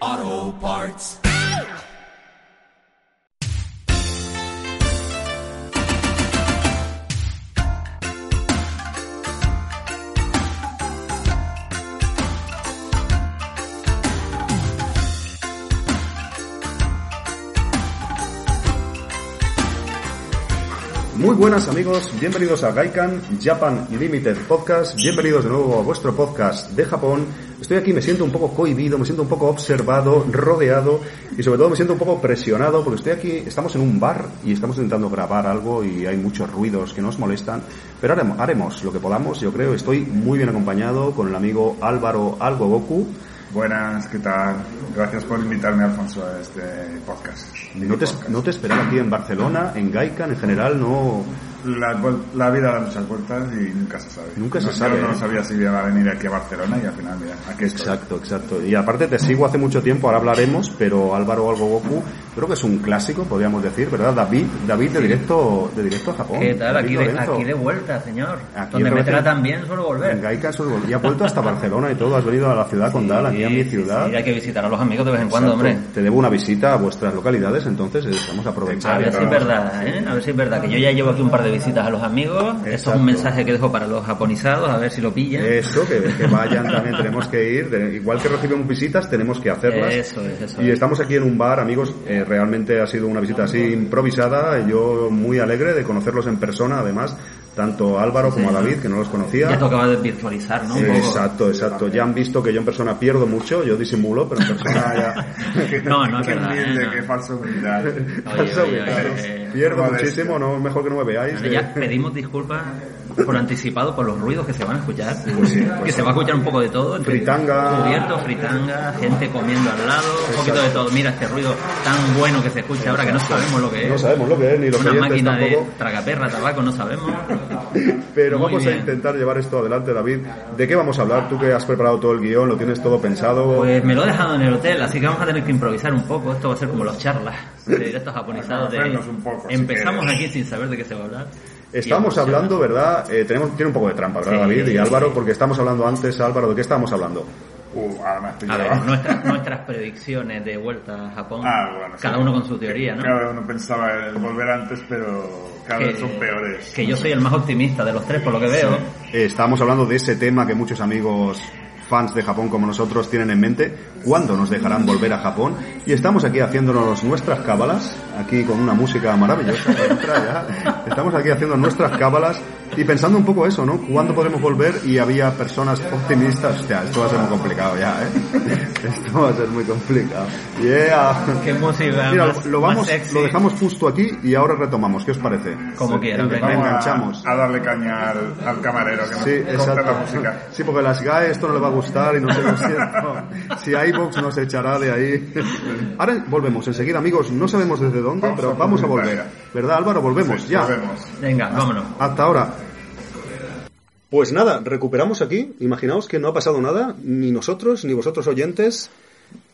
Auto Parts. Muy buenas amigos, bienvenidos a Gaikan Japan Limited Podcast, bienvenidos de nuevo a vuestro podcast de Japón. Estoy aquí, me siento un poco cohibido, me siento un poco observado, rodeado y sobre todo me siento un poco presionado porque estoy aquí, estamos en un bar y estamos intentando grabar algo y hay muchos ruidos que nos molestan, pero haremos, haremos lo que podamos, yo creo, estoy muy bien acompañado con el amigo Álvaro Algo Goku. Buenas, ¿qué tal? Gracias por invitarme, Alfonso, a este podcast. No te, Podcast. no te esperaba aquí en Barcelona, en Gaikan en general, no... La, vuel- la vida da muchas vueltas y nunca se sabe. Nunca se No, yo sabe, ¿eh? no sabía si iba a venir aquí a Barcelona y al final, mira, aquí estoy. Exacto, exacto. Y aparte te sigo hace mucho tiempo, ahora hablaremos, pero Álvaro Algo Goku creo que es un clásico, podríamos decir, ¿verdad? David, David de directo, de directo a Japón. ¿Qué tal? David Aquí de, Lorenzo. aquí de vuelta, señor. Aquí Donde otra me vez en- tratan bien suelo volver. En Gaika, sur- y ha vuelto hasta Barcelona y todo, has venido a la ciudad condal, aquí a mi Sí, ciudad. sí, hay que visitar a los amigos de vez en cuando, Exacto. hombre. Te debo una visita a vuestras localidades, entonces eh, vamos a A aprovechar. ver claro. si es verdad, ¿eh? A ver si es verdad, que yo ya llevo aquí un par de visitas a los amigos. Esto es Exacto. un mensaje que dejo para los japonizados, a ver si lo pillan. Eso, que, que vayan también, tenemos que ir. de- igual que recibimos visitas, tenemos que hacerlas. Eso es, Y eso este es. estamos aquí en un bar, amigos. eh, realmente ha sido una visita así improvisada. Yo muy alegre de conocerlos en persona, además, tanto a Álvaro como a David, que no los conocía. Ya tocaba de virtualizar, ¿no? Un Sí, poco. exacto, exacto. Ya han visto que yo en persona pierdo mucho, yo disimulo, pero en persona ya. No, no es qué verdad, humilde, ¿eh? No. qué falsa humildad. Oye, oye, oye, Claro, eh, Pierdo modestia. muchísimo, no, mejor que no me veáis. bueno, eh. ya pedimos disculpas por anticipado por los ruidos que se van a escuchar. sí, que pues se va a escuchar un poco de todo. entre Fritanga. Cubierto, fritanga, gente comiendo al lado, un poquito de todo. Mira este ruido tan bueno que se escucha ahora que no sabemos lo que es. No sabemos lo que es, ni los Una oyentes máquina tampoco. de tragaperra, tabaco, no sabemos. Pero Muy vamos a bien. intentar llevar esto adelante, David. ¿De qué vamos a hablar? Tú que has preparado todo el guión, lo tienes todo pensado. Pues me lo he dejado en el hotel, así que vamos a tener que improvisar un poco. Esto va a ser como los charlas de directos japonizados. de- Conocernos un poco, si Empezamos quieres. aquí sin saber de qué se va a hablar. Estamos Y vamos a- hablando, ¿verdad? Eh, tenemos, tiene un poco de trampa, ¿verdad, Sí, David y sí. Álvaro? Porque estamos hablando antes, Álvaro, ¿de qué estábamos hablando? Uh, ahora me has A pillado. ver, nuestras, nuestras predicciones de vuelta a Japón. Ah, bueno, sí. cada uno con su teoría, ¿no? Cada uno pensaba en volver antes, pero cada vez son peores. que yo soy el más optimista de los tres, por lo que veo. Eh, estábamos hablando de ese tema que muchos amigos fans de Japón como nosotros tienen en mente, cuándo nos dejarán volver a Japón. Y estamos aquí haciéndonos nuestras cábalas, aquí con una música maravillosa. la letra ya. Estamos aquí haciendo nuestras cábalas y pensando un poco eso, ¿no? ¿Cuándo podremos volver? Y había personas optimistas. Hostia, esto va a ser muy complicado ya, ¿eh? Esto va a ser muy complicado. Yeah. Qué música Mira, más, lo, más vamos, sexy. lo dejamos justo aquí y ahora retomamos. ¿Qué os parece? Como quiera, Venga, venga. enganchamos. a, a darle caña al, al camarero que nos Sí, corta exacto. Pues la música. Sí, porque las GAE esto no le va a gustar y no sé lo siento. Si iBox nos echará de ahí. Ahora volvemos enseguida, amigos. No sabemos desde dónde, Vamos pero a vamos a volver. volver. ¿Verdad, Álvaro? Volvemos, Sí, ya. nos vemos. Venga, vámonos. Hasta ahora. Pues nada, recuperamos aquí. Imaginaos que no ha pasado nada, ni nosotros, ni vosotros oyentes.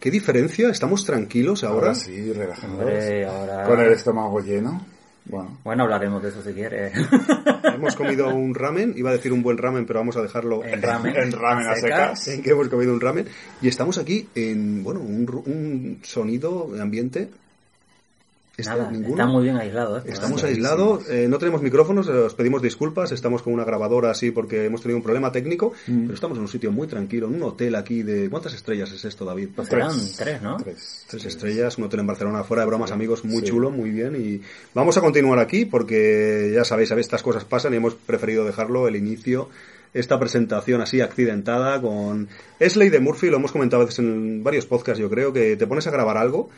¿Qué diferencia? ¿Estamos tranquilos ahora? sí, relajados. Hombre, ahora- Con el estómago lleno. Bueno. Bueno, hablaremos de eso si quieres. Hemos comido un ramen, iba a decir un buen ramen, pero vamos a dejarlo En ramen. En ramen a secas. en que hemos comido un ramen y estamos aquí en bueno un, ru- un sonido de ambiente Este, Nada, ninguno. está muy bien aislado. esto, Estamos ¿eh? aislados, eh, no tenemos micrófonos, eh, os pedimos disculpas, estamos con una grabadora así porque hemos tenido un problema técnico, Mm. pero estamos en un sitio muy tranquilo, en un hotel aquí de... ¿Cuántas estrellas es esto, David? Pues serán tres, ¿no? Tres estrellas, un hotel en Barcelona, fuera de bromas, amigos, muy chulo, muy bien. Y vamos a continuar aquí porque ya sabéis, sabéis, estas cosas pasan y hemos preferido dejarlo el inicio, esta presentación así accidentada con... Es ley de Murphy, lo hemos comentado a veces en varios podcasts, yo creo, que te pones a grabar algo.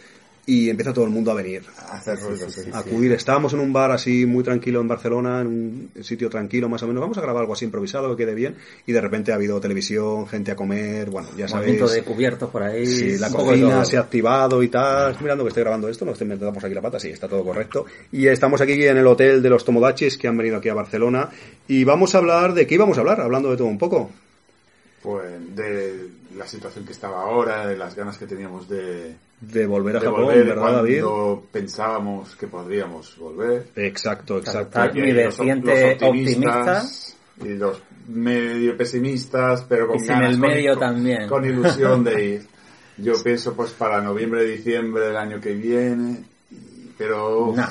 y empieza todo el mundo a venir. A hacer ruido, sí, sí, a sí. acudir. Estábamos en un bar así muy tranquilo en Barcelona, en un sitio tranquilo más o menos. Vamos a grabar algo así improvisado que quede bien. Y de repente ha habido televisión, gente a comer, bueno, ya sabéis. Movimiento de cubiertos por ahí. Sí, la un poco de cocina todo. se ha activado y tal. Estoy mirando que estoy grabando esto, no estoy metiendo aquí la pata, sí, está todo correcto. Y estamos aquí en el hotel de los Tomodachis que han venido aquí a Barcelona. Y vamos a hablar de qué íbamos a hablar, hablando de todo un poco. Pues de la situación que estaba ahora, de las ganas que teníamos de, De volver a de Japón, volver ¿verdad, David? cuando pensábamos que podríamos volver. Exacto, exacto. Tal Aquí mi los- vertiente los optimistas optimista. y los medio pesimistas, pero con Y sin ganas, el con- medio con- también. con ilusión de ir. Yo pienso pues para noviembre, diciembre del año que viene, y- pero No.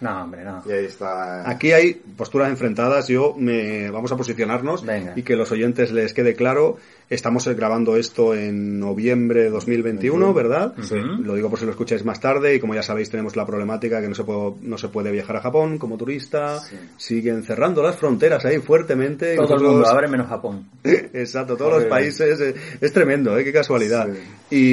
No, hombre, no. y ahí está. Aquí hay posturas enfrentadas. Yo me vamos a posicionarnos Venga. y que los oyentes les quede claro. Estamos eh, grabando esto en noviembre de 2021, ¿verdad? Lo digo por si lo escucháis más tarde y como ya sabéis tenemos la problemática que no se puede, no se puede viajar a Japón como turista. Siguen cerrando las fronteras ahí fuertemente. Todo el Nosotros- mundo abre menos Japón. Exacto, todos los países. eh, Es tremendo, ¿eh? qué casualidad. Sí.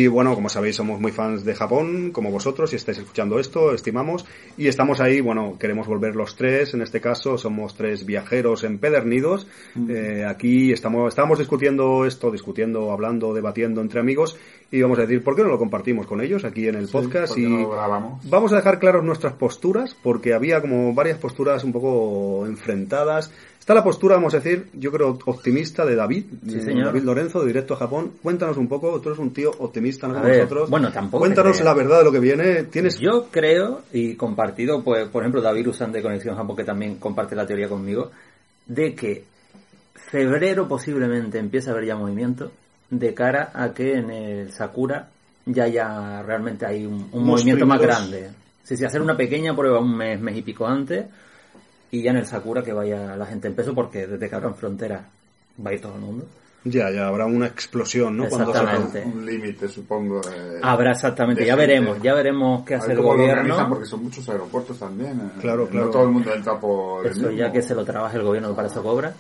Y bueno, como sabéis, somos muy fans de Japón, como vosotros, si estáis escuchando esto, estimamos. Y estamos ahí, bueno, queremos volver los tres. En este caso, somos tres viajeros empedernidos. Mm. Eh, aquí estamos, estábamos discutiendo esto, discutiendo, hablando, debatiendo entre amigos. Y vamos a decir, ¿por qué no lo compartimos con ellos aquí en el podcast? porque Y no lo grabamos. Vamos a dejar claras nuestras posturas, porque había como varias posturas un poco enfrentadas. Está la postura, vamos a decir, yo creo, optimista de David, Sí, eh, señor. David Lorenzo, de Directo a Japón. Cuéntanos un poco, tú eres un tío optimista, ¿no? A Como ver, nosotros. bueno, tampoco Cuéntanos te la creas. verdad de lo que viene. Tienes... Yo creo, y compartido, pues, por ejemplo, David Usan de Conexión Japón, que también comparte la teoría conmigo, de que febrero posiblemente empieza a haber ya movimiento de cara a que en el Sakura ya haya realmente hay un, un Unos movimiento más primeros- grande. Sí, sí, hacer una pequeña prueba un mes, mes y pico antes, y ya en el Sakura que vaya la gente en peso, porque desde que abran fronteras va a ir todo el mundo. Ya, ya, habrá una explosión, ¿no? Cuando se- Exactamente. Un límite, supongo. de- Habrá exactamente, Eh, de ya gente. veremos, ya veremos qué A ver hace el cómo lo organizan, gobierno. porque son muchos aeropuertos también. eh. Claro, claro. No todo el mundo entra por el Eso ya mismo. que se lo trabaja el gobierno que para eso cobra.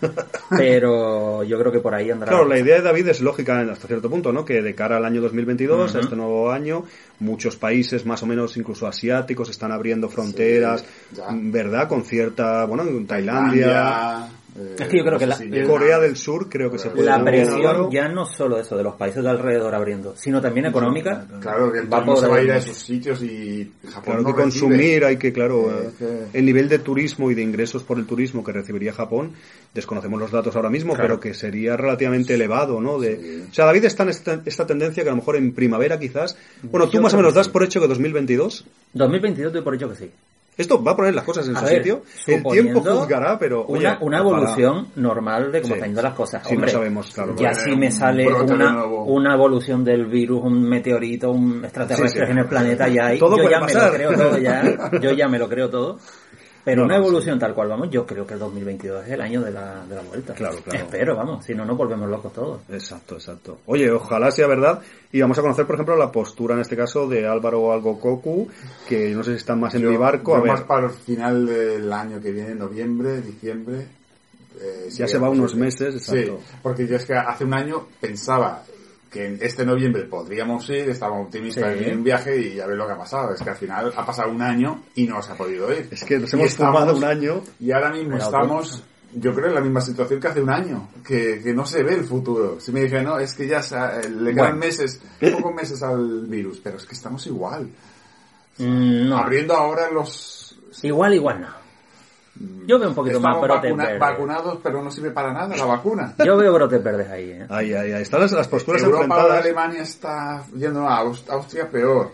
Pero yo creo que por ahí andará. Claro, cosa. la idea de David es lógica en- hasta cierto punto, ¿no? Que de cara al año 2022, a Ujú. este nuevo año, muchos países, más o menos incluso asiáticos, están abriendo fronteras, ya. ¿verdad? Con cierta, bueno, en Tailandia Tailandia, eh, Es que yo creo no que sé la- si la- Vietnam. Corea del Sur creo que se puede. La también, Álvaro. presión ya no solo eso de los países de alrededor abriendo, sino también económica. Claro, que el Va turismo por se va a ir a ahí. esos sitios y Japón Claro, no que recibe. consumir, hay que, claro, Eh, eh, que- el nivel de turismo y de ingresos por el turismo que recibiría Japón, desconocemos los datos ahora mismo, pero que sería relativamente elevado, ¿no? De, O sea, David está en esta, esta tendencia que a lo mejor en primavera quizás, bueno, tú Yo más o creo menos que das sí. por hecho que 2022, 2022 doy por hecho que sí. esto va a poner las cosas en A su ver, sitio, el suponiendo tiempo juzgará, pero... Una, oye, una ojalá. evolución normal de cómo Sí. están yendo las cosas. Sí, no Hombre, sabemos, claro, Ya eh, si me un sale brote de una, nuevo. una evolución del virus, un meteorito, un extraterrestre Sí, sí. en el planeta, ya ahí- Todo yo puede ya pasar. me lo creo todo, ya, yo ya me lo creo todo. Pero No, una no, evolución tal cual, vamos, yo creo que el 2022 es el año de la, de la vuelta. Claro, claro. Espero, vamos, si no, nos volvemos locos todos. Exacto, exacto. Oye, ojalá sea verdad. Y vamos a conocer, por ejemplo, la postura en este caso de Álvaro Algococu, que no sé si está más en Yo- mi barco. yo A ver, más para el final del año que viene, noviembre, diciembre. eh, sería se va unos posible. meses, exacto. Sí, porque yo es que hace un año pensaba que en este noviembre podríamos ir, estaba optimista Sí. en un viaje y ya ves lo que ha pasado. Es que al final ha pasado un año y no se ha podido ir. es que nos Y hemos estamos- fumado un año. Y ahora mismo Pero estamos, yo creo, en la misma situación que hace un año, que, que no se ve el futuro. Si me dije, no, es que ya se ha- eh, le quedan Bueno. meses, pocos meses al virus, pero es que estamos igual. Mm, No, Abriendo ahora los... igual, igual no. Yo veo un poquito más Estamos brotes vacuna- verdes. vacunados, pero no sirve para nada la vacuna. Yo veo brotes verdes ahí, ¿eh? Ahí, ahí, ahí. Están las, las posturas Europa ahora enfrentadas. Alemania está yendo a Aus- Austria peor.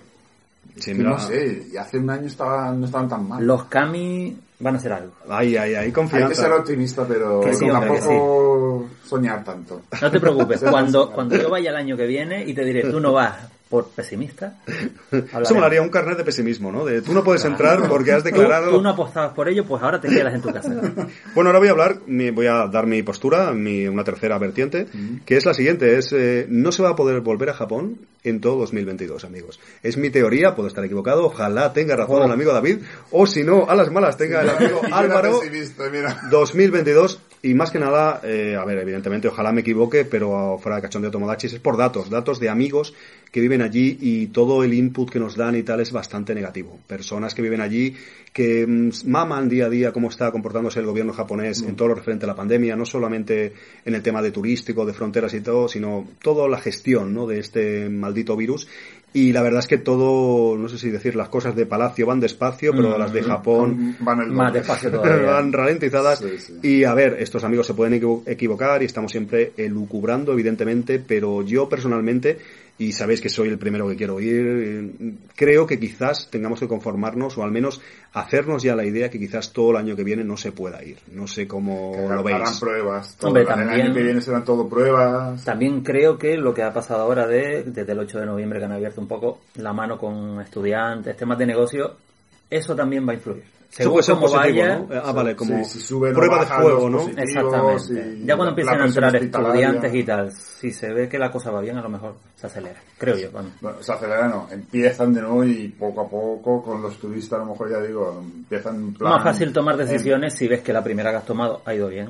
Sí, Que mira, no sé, y hace un año estaban, no estaban Ah. tan mal. Los Kami van a hacer algo. Ahí, ahí, ahí, Hay que ser confianza. optimista, pero Que sí, hombre, que tampoco soñar tanto. No te preocupes, cuando, cuando yo vaya el año que viene y te diré, tú no vas por pesimista, Eso molaría un carnet de pesimismo, ¿no? De tú no puedes entrar porque has declarado... Tú, tú no apostabas por ello, pues ahora te quedas en tu casa. Bueno, ahora voy a hablar, mi- voy a dar mi postura, mi, una tercera vertiente, que es la siguiente, es eh, no se va a poder volver a Japón en todo 2022, amigos. Es mi teoría, puedo estar equivocado, ojalá tenga razón el amigo David, o si no, a las malas tenga el amigo Y Oh. yo era Álvaro. pesimista, mira. 2022 Y más que nada, eh, a ver, evidentemente, ojalá me equivoque, pero fuera de cachondeo Tomodachi, es por datos, datos de amigos que viven allí y todo el input que nos dan y tal es bastante negativo. Personas que viven allí que mm, maman día a día cómo está comportándose el gobierno japonés en todo lo referente a la pandemia, no solamente en el tema de turístico, de fronteras y todo, sino toda la gestión ¿no? de este maldito virus. Y la verdad es que todo, no sé si decir, las cosas de Palacio van despacio, pero las de Japón Van el Más doble. despacio todavía. van ralentizadas. Sí, sí. Y a ver, estos amigos se pueden equivo- equivocar y estamos siempre elucubrando, evidentemente, pero yo personalmente, y sabéis que soy el primero que quiero ir, eh, creo que quizás tengamos que conformarnos o al menos hacernos ya la idea que quizás todo el año que viene no se pueda ir. No sé cómo lo Harán veis. pruebas. todo. Hombre, el también- año que viene serán todo pruebas. También creo que lo que ha pasado ahora de, desde el 8 de noviembre que han abierto un poco la mano con estudiantes, temas de negocio, eso también va a influir. Eso Según puede ser cómo positivo, vaya, ¿no? Eh, Ah, vale, como Sí, si suben o prueba de bajan juego, los ¿no? positivos. Exactamente. y Ya cuando la empiecen a presión entrar hospitalaria. estudiantes y tal, si se ve que la cosa va bien, a lo mejor se acelera. Creo yo. vamos. Bueno, se acelera, no. Empiezan de nuevo y poco a poco con los turistas, a lo mejor ya digo, empiezan en plan... Más fácil tomar decisiones si ves que la primera que has tomado ha ido bien.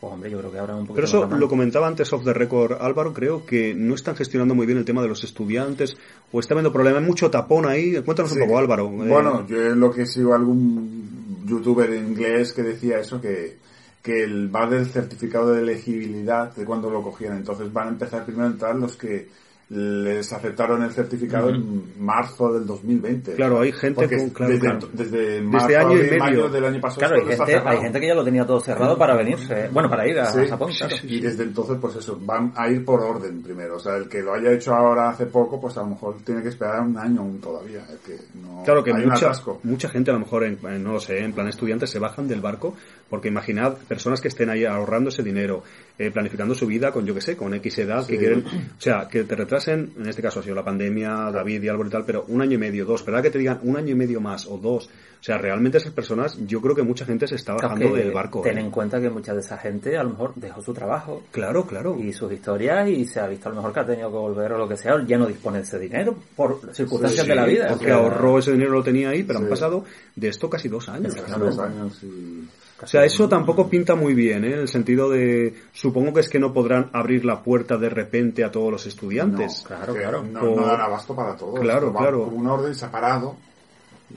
Pues hombre, yo creo que habrá un poquito Pero eso más de mano. lo comentaba antes off the record Álvaro, creo que no están gestionando muy bien el tema de los estudiantes o está habiendo problemas, hay mucho tapón ahí. Cuéntanos un poco, Álvaro. eh, Bueno, yo es lo que sigo algún youtuber inglés que decía eso, que, que el, va del certificado de elegibilidad de cuando lo cogían. Entonces van a empezar primero a entrar los que les aceptaron el certificado en marzo del 2020. Claro, hay gente Porque con- claro, desde, claro. desde, Desde marzo, año y abril, medio. mayo del año pasado. Claro, hay todo está gente, hay cerrado. gente que ya lo tenía todo cerrado para venirse. ¿eh? Bueno, para ir a, Sí, a Japón, claro. Y desde entonces, pues eso, van a ir por orden primero. O sea, el que lo haya hecho ahora hace poco, pues a lo mejor tiene que esperar un año aún todavía. El que no, Claro que hay un mucha, atasco. mucha gente a lo mejor, en, en- no lo sé, en plan estudiantes se bajan del barco porque imaginad personas que estén ahí ahorrando ese dinero, eh, planificando su vida con, yo que sé, con X edad, que quieren, o sea, que te retrasen, en este caso ha sido la pandemia, David y Álvaro y tal, pero un año y medio, dos, ¿verdad? Que te digan un año y medio más o dos. O sea, realmente esas personas, yo creo que mucha gente se está Claro, bajando que del barco. Ten ¿eh? en cuenta que mucha de esa gente a lo mejor dejó su trabajo Claro, claro. y sus historias y se ha visto a lo mejor que ha tenido que volver o lo que sea, ya no dispone de ese dinero por circunstancias Sí, de la vida. Porque O sea, ahorró ese dinero, lo tenía ahí, pero han Sí. pasado de esto casi dos años. Hace dos años y... O sea, eso tampoco pinta muy bien, ¿eh? En el sentido de... Supongo que es que no podrán abrir la puerta de repente a todos los estudiantes. No, claro, que claro. No, Por- no dan abasto para todos. Claro, Va claro. Como un orden separado.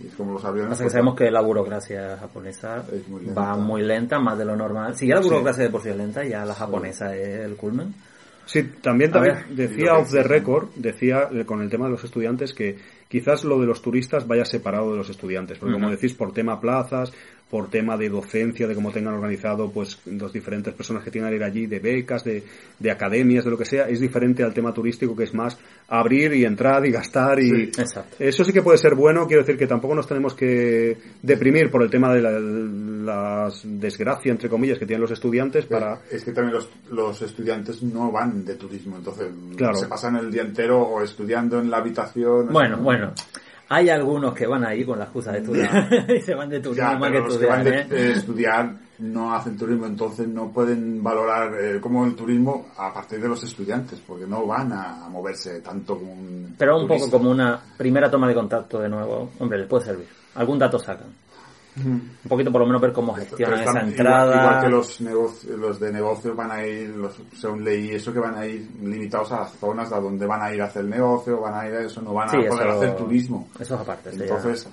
Y es como los aviones. Pasa que pues, sabemos que la burocracia japonesa Es muy lenta. va muy lenta, más de lo normal. Si ya la burocracia de por sí es lenta, ya la japonesa es el culmen. Sí, también, A también ver, decía off the record, decía eh, con el tema de los estudiantes que quizás lo de los turistas vaya separado de los estudiantes, porque como decís, por tema plazas, por tema de docencia, de cómo tengan organizado pues las diferentes personas que tienen que ir allí, de becas, de, de academias, de lo que sea, es diferente al tema turístico que es más abrir y entrar y gastar y... Exacto. Eso sí que puede ser bueno, quiero decir que tampoco nos tenemos que deprimir por el tema de la, las desgracia, entre comillas, que tienen los estudiantes para... Es que también los, los estudiantes no van de turismo, entonces Claro. se pasan el día entero o estudiando en la habitación. Bueno, bueno. Hay algunos que van ahí con la excusa de estudiar y se van de turismo Ya, más Pues que pero los que van estudiar. de, ¿eh? de estudiar no hacen turismo, entonces no pueden valorar eh, cómo el turismo a partir de los estudiantes, porque no van a, a moverse tanto como un Pero un poco turista. como una primera toma de contacto de nuevo, hombre, les puede servir. Algún dato sacan. Un poquito por lo menos ver cómo Pero gestionan esa están- entrada. Igual, igual que los, negocio- los de negocios van a ir, los, según leí eso, que van a ir limitados a las zonas a donde van a ir a hacer negocio, van a ir a eso, no van a Sí, poder eso- hacer turismo. Eso es aparte. sí, ya. Entonces,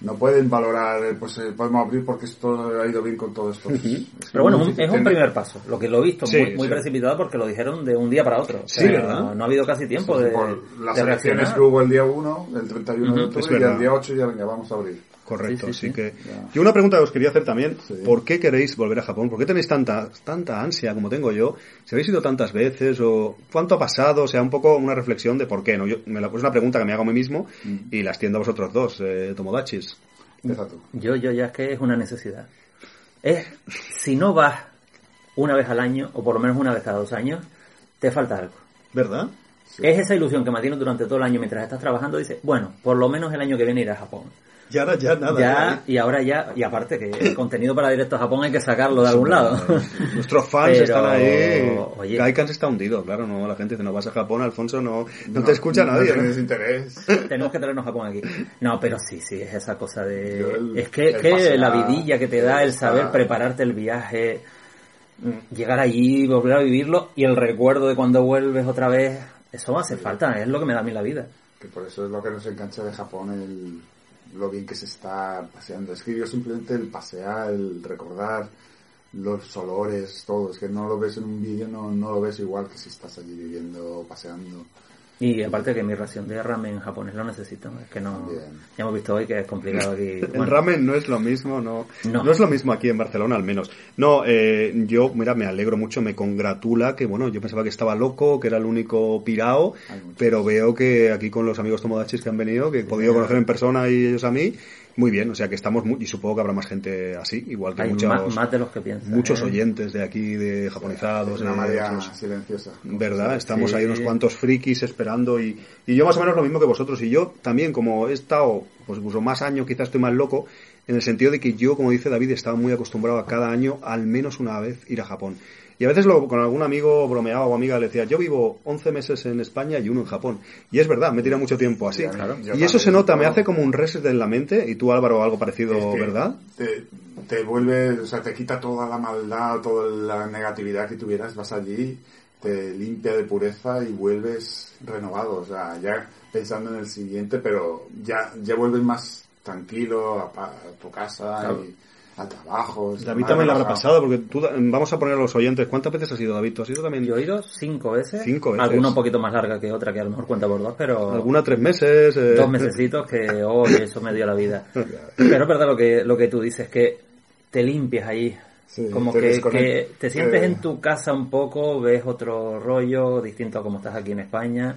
no pueden valorar, eh, pues eh, podemos abrir porque esto ha ido bien con todo esto. Pero bueno, un- es un primer paso. Lo que lo he visto Sí, muy, muy sí. precipitado porque lo dijeron de un día para otro. O sea, Sí, ¿verdad? No, no ha habido casi tiempo Pues de, Por las de elecciones reaccionar. que hubo el día 1, el 31 de Ujú, es octubre, y verdad. el día 8 ya venga, vamos a abrir. Correcto, Sí, así sí, sí. que... Yo una pregunta que os quería hacer también, Sí. ¿por qué queréis volver a Japón? ¿Por qué tenéis tanta, tanta ansia como tengo yo? ¿Si habéis ido tantas veces o cuánto ha pasado? O sea, un poco una reflexión de por qué, ¿no? Yo, me la, es una pregunta que me hago a mí mismo y la extiendo a vosotros dos, eh, Tomodachis. Empieza tú. Yo, yo ya es que es una necesidad. Es, si no vas una vez al año, o por lo menos una vez cada dos años, te falta algo. ¿Verdad? Es esa ilusión que mantienes durante todo el año mientras estás trabajando. Dices, bueno, por lo menos el año que viene iré a Japón. Y ahora ya ¿eh? nada. ya, y ahora ya, y aparte que el contenido para directo a Japón hay que sacarlo de algún lado. Nuestros fans Pero, están ahí. oye. Kaikan se está hundido, claro, no. La gente dice, no vas a Japón, Alfonso, no, no, te escucha no nadie. ¿no? tienes interés. Tenemos que traernos Japón aquí. No, pero sí, sí, es esa cosa de... Yo el- es que, el que pasear, la vidilla que te da el el saber estar. prepararte el viaje, mm, llegar allí, volver a vivirlo y el recuerdo de cuando vuelves otra vez, eso me hace falta, es lo que me da a mí la vida. Que por eso es lo que nos engancha de Japón, el, lo bien que se está paseando. Es que yo simplemente el pasear, el recordar los olores, todo. Es que no lo ves en un vídeo, no, no lo ves igual que si estás allí viviendo, paseando. Y aparte que mi ración de ramen japonés lo necesito, es que no... Bien. Ya hemos visto hoy que es complicado aquí. El eh, bueno, ramen no es lo mismo, no. No. No, es lo mismo aquí en Barcelona, al menos. No, eh, yo, mira, me alegro mucho, me congratula que, bueno, yo pensaba que estaba loco, que era el único pirao, Hay muchos. pero veo que aquí con los amigos tomodachis que han venido, que he podido conocer en persona y ellos a mí, muy bien, o sea que estamos muy, y supongo que habrá más gente así, igual que hay muchos, más, más de los que piensas. muchos ¿eh? oyentes de aquí, de es japonizados, una de marea otros. silenciosa. ¿Verdad? Estamos Sí. ahí unos cuantos frikis esperando y, y yo más o menos lo mismo que vosotros. Y yo también, como he estado, pues incluso más años, quizás estoy más loco, en el sentido de que yo, como dice David, estaba muy acostumbrado a cada año, al menos una vez, ir a Japón. Y a veces lo- con algún amigo bromeaba o amiga le decía, yo vivo 11 meses en España y uno en Japón. Y es verdad, me tira mucho tiempo así. Sí, claro. Yo Y eso también, se nota, me ¿no? hace como un reset en la mente. Y tú, Álvaro, algo parecido, Es que ¿verdad? Te, te vuelve, o sea, te quita toda la maldad, toda la negatividad que tuvieras, vas allí, te limpia de pureza y vuelves renovado, o sea, ya pensando en el siguiente, pero ya, ya vuelves más tranquilo a, pa- a tu casa Claro. y al trabajo. es David más también lo habrá relajado. pasado, porque tú, vamos a poner a los oyentes, ¿cuántas veces has ido, David? ¿Tú has ido también? Yo he ido cinco veces. Cinco veces. Alguna un poquito más larga que otra, que a lo mejor cuenta por dos, pero... Alguna tres meses. eh, dos mesecitos que hoy eso me dio la vida. Pero es verdad lo que, lo que tú dices, que te limpias ahí. Sí, como te que, desconectas. que te sientes Eh. en tu casa un poco, ves otro rollo distinto a como estás aquí en España.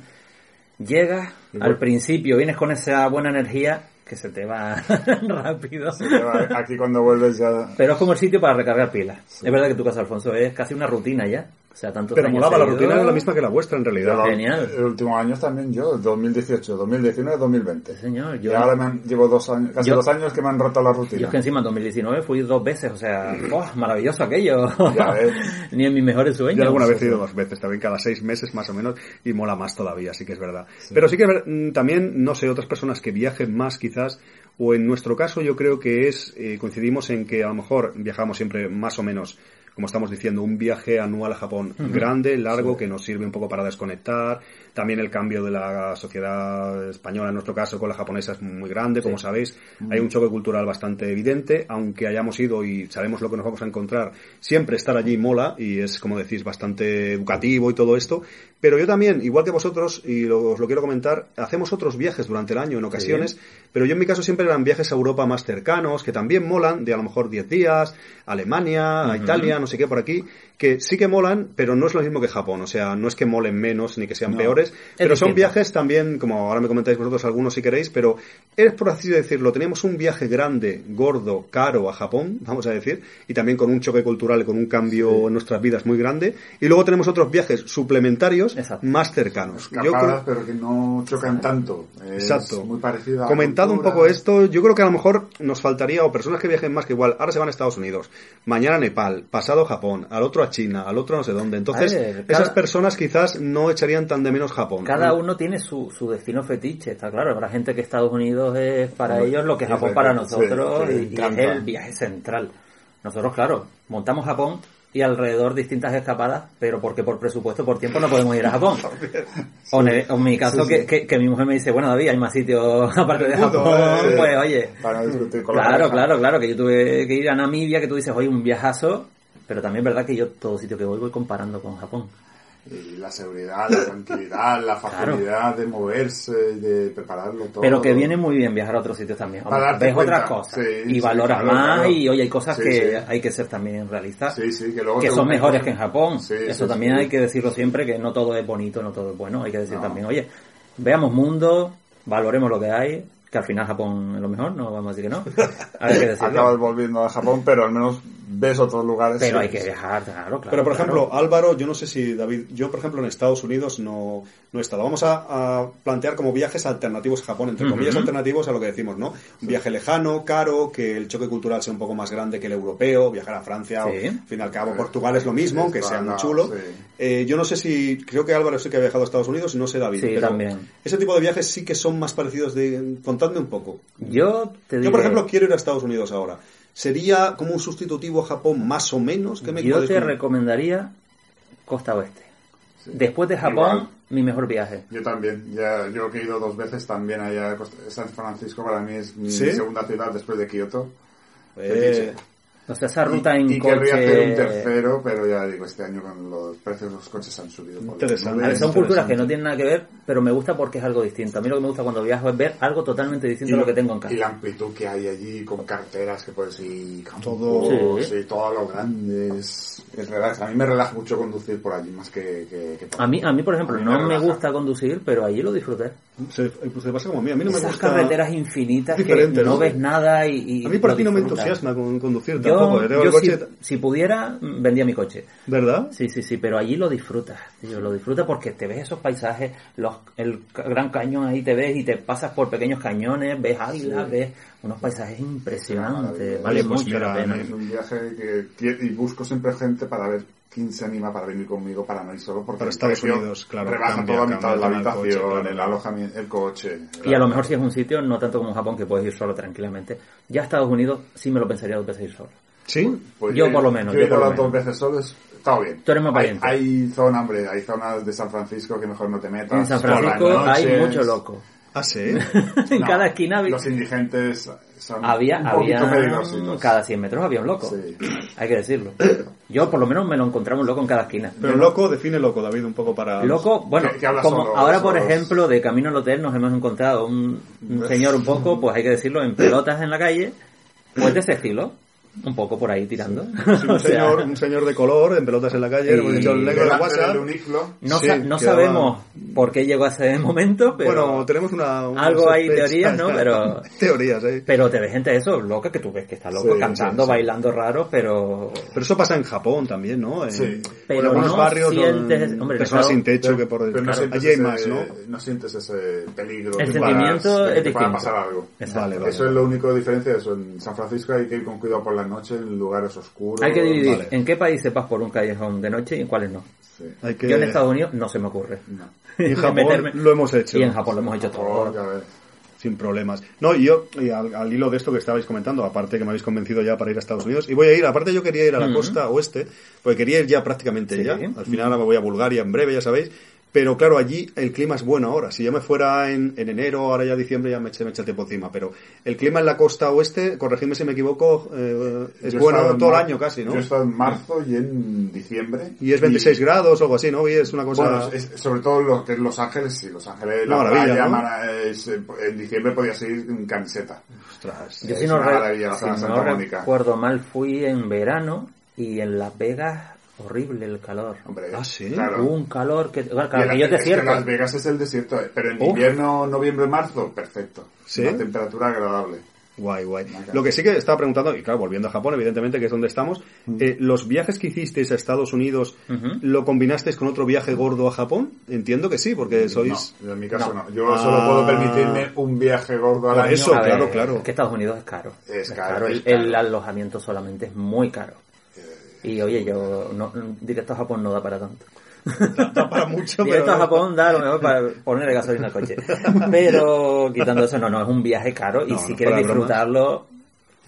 Llegas, al principio vienes con esa buena energía que se te va rápido. Pero eh, Aquí cuando vuelves ya Pero es como el sitio para recargar pilas. Es verdad que tu casa, Alfonso, es casi una rutina ya. O sea, tantos Pero años molaba, la seguidos. rutina era la misma que la vuestra en realidad. Pero Genial. El último año también yo, 2018, 2019, 2020. Sí, señor, y yo- ahora me han- llevo dos años, casi Yo- dos años que me han roto la Yo rutina. es que encima en 2019 fui dos veces, o sea, ¡oh, maravilloso aquello. Ya ves. Ni en mis mejores sueños. Yo alguna vez he ido dos veces, también cada seis meses más o menos, y mola más todavía, sí que es verdad. Pero sí que es ver- mm, también, no sé, otras personas que viajen más quizás, o en nuestro caso yo creo que es, eh, coincidimos en que a lo mejor viajamos siempre más o menos, como estamos diciendo, un viaje anual a Japón grande, largo, que nos sirve un poco para desconectar. También el cambio de la sociedad española, en nuestro caso, con la japonesa es muy grande, como sabéis. Hay un choque cultural bastante evidente, aunque hayamos ido y sabemos lo que nos vamos a encontrar, siempre estar allí mola y es, como decís, bastante educativo y todo esto. Pero yo también, igual que vosotros, y lo- os lo quiero comentar, hacemos otros viajes durante el año en ocasiones, pero yo en mi caso siempre eran viajes a Europa más cercanos, que también molan, de a lo mejor 10 días, a Alemania, a Italia, no sé qué por aquí, que sí que molan, pero no es lo mismo que Japón, o sea, no es que molen menos ni que sean peores, pero son distinto. viajes también, como ahora me comentáis vosotros algunos si queréis, pero es por así decirlo, teníamos un viaje grande, gordo, caro a Japón, vamos a decir, y también con un choque cultural, y con un cambio en nuestras vidas muy grande, y luego tenemos otros viajes suplementarios Exacto. más cercanos. Yo creo- Escapadas, pero que no chocan tanto. Es Exacto. Muy parecido a Comentado un cultura. poco esto, yo creo que a lo mejor nos faltaría, o personas que viajen más que igual, ahora se van a Estados Unidos, mañana a Nepal, pasado a Japón, al otro a China, al otro a no sé dónde. Entonces, A ver, esas cada- personas quizás no echarían tan de menos Japón. Cada uno tiene su, su destino fetiche, está claro. Habrá gente que Estados Unidos es para ellos lo que sí, Japón sí, para sí, nosotros sí, y- me y, es encanta. el viaje central. Nosotros, claro, montamos Japón y alrededor distintas escapadas, pero porque por presupuesto, por tiempo no podemos ir a Japón. O en, el- o en mi caso, que, que- que mi mujer me dice, bueno, David, hay más sitios aparte de Japón, eh, pues oye. Para discutir con la Claro, pareja. claro, claro, que yo tuve que ir a Namibia, que tú dices, oye, un viajazo, pero también es verdad que yo todo sitio que voy voy comparando con Japón. Y la seguridad, la tranquilidad, la facilidad de moverse, de prepararlo todo. Pero que viene muy bien viajar a otros sitios también. Para Hombre, darte ves cuenta. otras cosas Sí, y sí, valoras claro, más claro. y oye, hay cosas Sí, que sí. hay que ser también realistas. Sí, sí, que luego te son buscas- mejores que en Japón. Sí, Eso sí, también sí. hay que decirlo siempre, que no todo es bonito, no todo es bueno. Hay que decir No. también, oye, veamos mundo, valoremos lo que hay, que al final Japón es lo mejor, no vamos a decir que no. Hay que decirlo. Acabas volviendo a Japón, pero al menos ves otros lugares. Pero Sí, hay que sí. viajar, claro, claro. Pero, por claro. ejemplo, Álvaro, yo no sé si David, yo, por ejemplo, en Estados Unidos no, no he estado. Vamos a, a plantear como viajes alternativos a Japón, entre comillas alternativos a lo que decimos, ¿no? Un viaje lejano, caro, que el choque cultural sea un poco más grande que el europeo, viajar a Francia, Sí. o, al fin y al cabo, Portugal es lo mismo, Sí, aunque sea muy claro, chulo. sí. Eh, yo no sé si, creo que Álvaro sí que ha viajado a Estados Unidos, no sé David. Sí, pero también. Ese tipo de viajes sí que son más parecidos de, contadme un poco. yo te digo... eh. Yo, por ejemplo, quiero ir a Estados Unidos ahora. ¿Sería como un sustitutivo a Japón, más o menos? ¿Qué me Yo puedes te con- recomendaría Costa Oeste. Después de Japón, Igual. mi mejor viaje. Yo también, ya, yo que he ido dos veces también allá, a Costa- San Francisco para mí es mi ¿Sí? segunda ciudad después de Kioto. Eh, O sea, esa ruta y, en y querría hacer un coche... tercero, pero ya digo, este año con los precios de los coches han subido. por las Interesante. A ver, nubes. son Interesante. culturas que no tienen nada que ver, pero me gusta porque es algo distinto. A mí lo que me gusta cuando viajo es ver algo totalmente distinto a lo que tengo en casa. Y la amplitud que hay allí, con carteras que puedes ir, con Todo- sí. todo lo grande. Es, es relaja. A mí me relaja mucho conducir por allí, más que... que- que por- A mí, a mí, por A ejemplo, mí me no me relaja. gusta conducir, pero allí lo disfruté. se, pues se pasa como a mí, a mí no me Esas gusta... carreteras infinitas Es que diferente, no ¿no? ves nada y... y A mí por lo aquí no me disfrutas. entusiasma con conducir tampoco. Yo, Yo tengo yo el si, coche, si pudiera, mm, vendía mi coche. ¿verdad? Sí, sí, sí, pero allí lo disfrutas, tío, lo disfrutas porque te ves esos paisajes, los, el ca- gran cañón ahí te ves y te pasas por pequeños cañones, ves águilas, ves unos paisajes impresionantes, vale Oye, pues mucho la mira, pena. Es un viaje que, que- y busco siempre gente para ver quién se anima para venir conmigo para no ir solo porque Para el Estados precio Unidos, claro, rebaja cambia, toda la mitad de la cambia el habitación, coche, el, claro. alojamiento, el coche. Y a lo mejor si es un sitio, no tanto como Japón, que puedes ir solo tranquilamente. Ya a Estados Unidos sí me lo pensaría dos veces ir solo. Sí. Pues Yo he- por lo menos, Yo yo he ido por lo las dos menos. veces solo, es- está bien. Tú eres más hay, valiente. hay zona, hombre, hay zonas de San Francisco que mejor no te metas. En San por las Francisco hay noches. mucho loco. Ah, sí. en No, cada esquina había, Los indigentes son había, un poquito peligrositos. cada 100 metros había un loco. Sí. Hay que decirlo. Yo por lo menos me lo encontraba un loco en cada esquina. Pero loco, define loco, David, un poco para... Loco, bueno, Que- que habla como solo, ahora solo por es- ejemplo de camino al hotel nos hemos encontrado un, un señor un poco, pues hay que decirlo, en pelotas en la calle, pues de ese estilo, un poco por ahí tirando. Sí, O un, sea, señor, un señor de color, en pelotas en la calle, Sí. hemos dicho el negro de Delante WhatsApp. del Uniqlo, no Sí, sa- no quedaba- sabemos por qué llegó a ese momento, pero Bueno, tenemos una... una algo hay sospecha. teorías, ¿no? Pero- Teorías, ¿eh? pero te ves gente eso, loca, que tú ves que está loco, Sí, cantando, sí, sí. bailando raro, pero... Pero eso pasa en Japón también, ¿no? En, Sí. Pero en algunos no barrios sientes- con hombre, en personas Estados- sin techo que por pero no Claro, sientes allí hay ese- más, ¿no? No sientes ese peligro. El que puedas- sentimiento que es te pueda distinto. pasar algo. Exacto. Vale, vale. Eso es la única diferencia de eso. En San Francisco hay que ir con cuidado por la noche, en lugares oscuros. Hay que dividir Vale. en qué países vas por un callejón de noche y en cuáles no. Sí. Hay que... Yo en Estados Unidos no se me ocurre. Y en Japón meterme- lo hemos hecho. Y en Japón lo hemos hecho todo. Porque, a ver, Sin problemas. No, y yo, y al, al hilo de esto que estabais comentando, aparte que me habéis convencido ya para ir a Estados Unidos, y voy a ir, aparte yo quería ir a la costa oeste, porque quería ir ya prácticamente Sí. ya. Al final ahora me voy a Bulgaria en breve, ya sabéis. Pero claro, allí el clima es bueno ahora. Si yo me fuera en, en enero, ahora ya diciembre, ya me eché, me eché tiempo encima. Pero el clima en la costa oeste, corregidme si me equivoco, eh, es yo he bueno estado en todo el mar- año casi, ¿no? Yo he estado en marzo y en diciembre. Y es 26 grados o algo así, ¿no? Y es una cosa... Bueno, es- es- sobre todo lo que es Los Ángeles, sí, Los Ángeles, Una la maravilla, playa, ¿no? mana- es- en diciembre podías ir en camiseta. Ostras. Yo Es si no, una re- maravilla, la si zona de no Santa Mónica. recuerdo mal, fui en verano y en Las Vegas, horrible el calor. Hombre, Ah, ¿sí? claro. Hubo un calor que... Claro, Y en que yo te Oh. es que cierto. Las Vegas es el desierto, eh, pero en Uf. invierno, noviembre, marzo, perfecto. ¿Sí? Una temperatura agradable. Guay, guay. Lo que sí que estaba preguntando, y claro, volviendo a Japón, evidentemente, que es donde estamos, eh, ¿los viajes que hicisteis a Estados Unidos lo combinasteis con otro viaje gordo a Japón? Entiendo que sí, porque sois... No, en mi caso No. no. Yo solo Ah. puedo permitirme un viaje gordo al Por año. eso, A ver, claro, claro. Es que Estados Unidos es caro. Es caro, es El, el caro. Eh, alojamiento solamente es muy caro. Y oye, yo no, directo a Japón no da para tanto. Da para mucho, Directo a pero... Japón da a lo mejor para ponerle gasolina al coche. Pero quitando eso, no, no, es un viaje caro. Y No, si no, quieres fuera de bromas. disfrutarlo,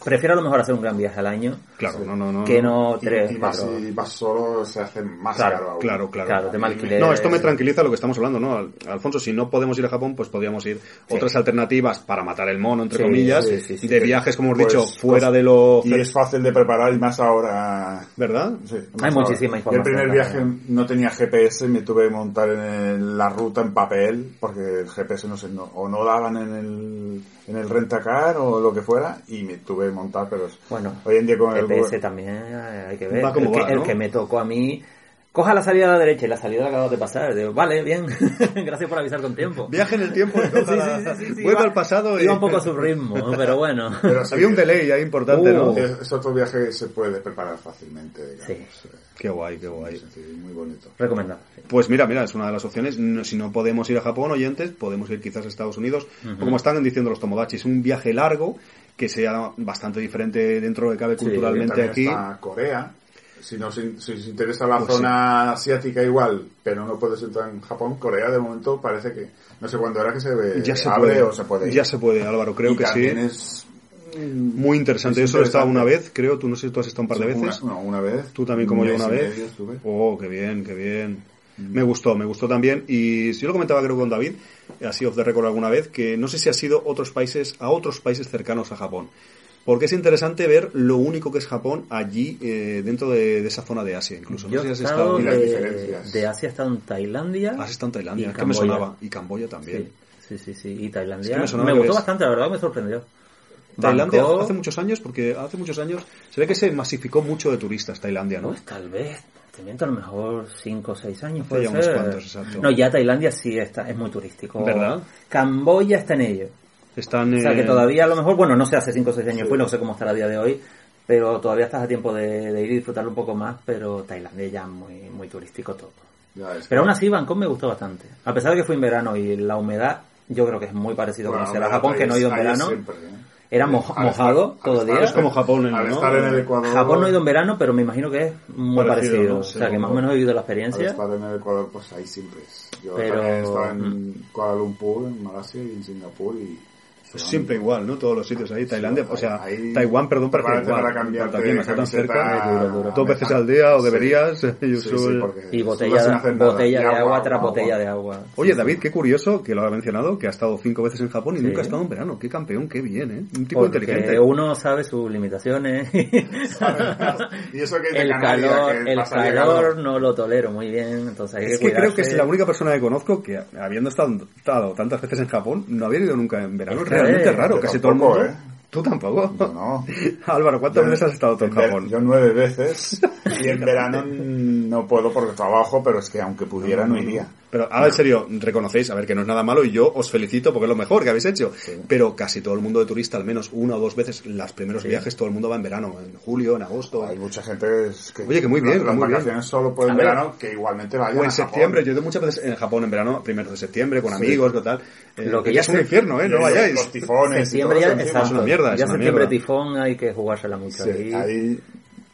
prefiero a lo mejor hacer un gran viaje al año Claro, no, no, no. que no Y- tres, y más cuatro. si vas solo, se hace más Claro, caro aún. Claro, claro. Claro, tema alquiler. No, esto me tranquiliza lo que estamos hablando, ¿no? Al- Alfonso, si no podemos ir a Japón, pues podríamos ir otras alternativas para matar el mono, entre Sí, comillas, sí, sí, sí, de sí. viajes, como hemos Pues- dicho, fuera pues- de lo... Y es fácil de preparar y más ahora. ¿Verdad? Sí, más Hay ahora. muchísima Yo El información primer también. viaje no tenía GPS, me tuve que montar en el- la ruta en papel, porque el GPS no sé, no- o no daban en el, en el rentacar o lo que fuera, y me tuve que montar, pero es- Bueno, hoy en día con el GPS Google- E también eh, hay que ver. Va como el, que, va, el ¿no? que me tocó a mí. Coja la salida a la derecha y la salida la acabo de pasar. Digo, vale, bien. Gracias por avisar con tiempo. Viaje en el tiempo, y Sí, coja la- sí, sí, sí, sí, vuelve iba- al pasado y... Iba un poco a su ritmo, pero bueno. pero sí, Había un delay ahí importante, Uh. ¿no? Es, es otro viaje que se puede preparar fácilmente, digamos. Eh, Sí. Qué guay, qué guay. Sí, muy bonito. Recomendado. sí. Pues mira, mira, es una de las opciones. No- si no podemos ir a Japón, oyentes, podemos ir quizás a Estados Unidos. O Como están diciendo los Tomodachi, es un viaje largo que sea bastante diferente dentro de cabe culturalmente También aquí. está Corea. Si nos, in- si os interesa la Pues zona asiática igual, pero no puedes entrar en Japón, Corea de momento parece que no sé cuándo era que se ve- Ya se eh, abre puede, o se puede. ir. ya se puede, Álvaro, creo y que sí. también es muy interesante. Es Yo solo he estado interesante. una vez, creo. Tú no sé si tú has estado un par de veces. Una, no, una vez. Tú también como Un yo mes una y vez. medio estuve. Mm. Oh, qué bien, qué bien. Me gustó, me gustó también. Y si yo lo comentaba creo con David, eh, así off the record alguna vez, que no sé si ha sido otros países, a otros países cercanos a Japón. Porque es interesante ver lo único que es Japón allí, eh, dentro de, de esa zona de Asia, incluso. No Yo sé he si has estado. estado Ah, y las de, diferencias. de Asia, he estado en Tailandia. Has estado en Tailandia, y es que me Camboya. sonaba. Y Camboya también. Sí, sí, sí, sí. Y Es Tailandia. que me me sonaba que gustó ves- bastante, la verdad, me sorprendió. Tailandia Bangkok, hace muchos años, porque hace muchos años se ve que se masificó mucho de turistas Tailandia, ¿no? Pues tal vez, te miento, a lo mejor 5 o 6 años. Hace Puede ya unos ser. cuantos, exacto. No, ya Tailandia sí está, es muy turístico. ¿Verdad? Camboya está en ello. Están, O sea que eh, todavía a lo mejor, bueno, no sé, hace 5 o 6 años fue, no sé cómo estará a día de hoy, pero todavía estás a tiempo de, de ir y disfrutarlo un poco más, pero Tailandia ya es muy, muy turístico todo. Ya, es Pero aún así Bangkok me gustó bastante. A pesar de que fue en verano y la humedad, yo creo que es muy parecido Bueno, como será ahí- Japón, que no he ido en ahí es verano. siempre, ¿eh? Era moj- Al estar- mojado al todo el estar- día. Es como Japón, Al ¿no? estar en el Ecuador. Japón no he ido en verano, pero me imagino que es muy Parecido, parecido. ¿no? O Sí, sea, que más o como- menos he vivido la Al experiencia. estar en el Ecuador, pues ahí siempre es. Yo Pero- mm. también he estado en Kuala Lumpur, en Malasia y en Singapur y... Pues siempre igual, ¿no? Todos los sitios ahí, Tailandia, Sí, o sea, ahí- Taiwán, perdón, parece prepárate igual. para cambiarte Aquí no está tan camiseta cerca, eh, a- dos veces al día, o deberías. eh, yo Sí, soy- sí, porque Y sudas sin botella, hacer nada. botella Y de agua, tras botella de agua. Oye, David, qué curioso que lo ha mencionado, que ha estado cinco veces en Japón y Sí. nunca ha estado en verano. Qué campeón, qué bien, ¿eh? Un tipo Porque inteligente. uno sabe sus limitaciones. Y eso que es de el Canarias, calor, que el pasa de calor no lo tolero muy bien, entonces hay Es que que creo que es cuidarse. la única persona que conozco que, habiendo estado, estado tantas veces en Japón, no había ido nunca en verano. Es que, Realmente eh, raro, yo casi tampoco, todo el mundo. ¿eh? Tú tampoco. Yo no. Álvaro, ¿cuántas Yo- veces has estado Pues tú en en ver- Japón? Yo nueve veces y en verano mm, no puedo porque trabajo, pero es que aunque pudiera no iría. Pero ahora en serio, reconocéis, a ver, que no es nada malo y yo os felicito porque es lo mejor que habéis hecho. Pero casi todo el mundo de turista, al menos una o dos veces, los primeros viajes, todo el mundo va en verano, en julio, en agosto. Hay mucha gente que... es que Oye, que muy bien, Las muy bien. vacaciones solo por el A ver. verano, que igualmente vayan O a en Japón. septiembre, yo he ido muchas veces en Japón en verano, primero de septiembre, con amigos, con tal. Eh, Lo que ya es un se- infierno, ¿eh? No Los vayáis. tifones y septiembre todo ya, eso encima. exacto, es una mierda, es ya una septiembre mierda. tifón hay que jugársela mucho Sí, ahí. ahí,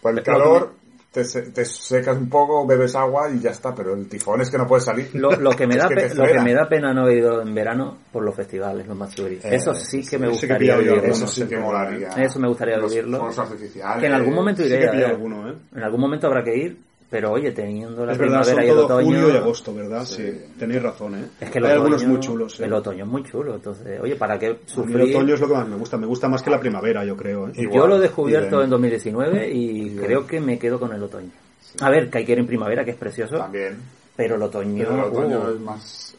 por el Pero lo calor te, se- te secas un poco, bebes agua y ya está, pero el tifón es que no puedes salir. Lo, lo que me Es da que pe- te lo que espera. me da pena no haber ido en verano por los festivales, los matsuri. eso sí que me sí que he gustaría pillado yo vivirlo. Eso algunos, sí que sí, molaría. Eso me gustaría Los vivirlo. fuegos artificiales. Que en algún momento Sí que iré. he pillado ¿eh? alguno, ¿eh? En algún momento habrá que ir, pero oye, teniendo la Es verdad, son primavera y el todo otoño. julio y agosto, ¿verdad? Sí. Tenéis razón, ¿eh? Es que el Hay otoño, algunos muy chulos. ¿eh? El otoño es muy chulo, entonces, oye, ¿para qué A mí el sufrir? otoño es lo que más me gusta. Me gusta más que la primavera, yo creo, ¿eh? Igual, Yo lo he descubierto bien. en 2019 y creo que me quedo con el otoño. A ver, que hay que ir en primavera, que es precioso, También. pero el otoño, Pero el otoño uh, es más...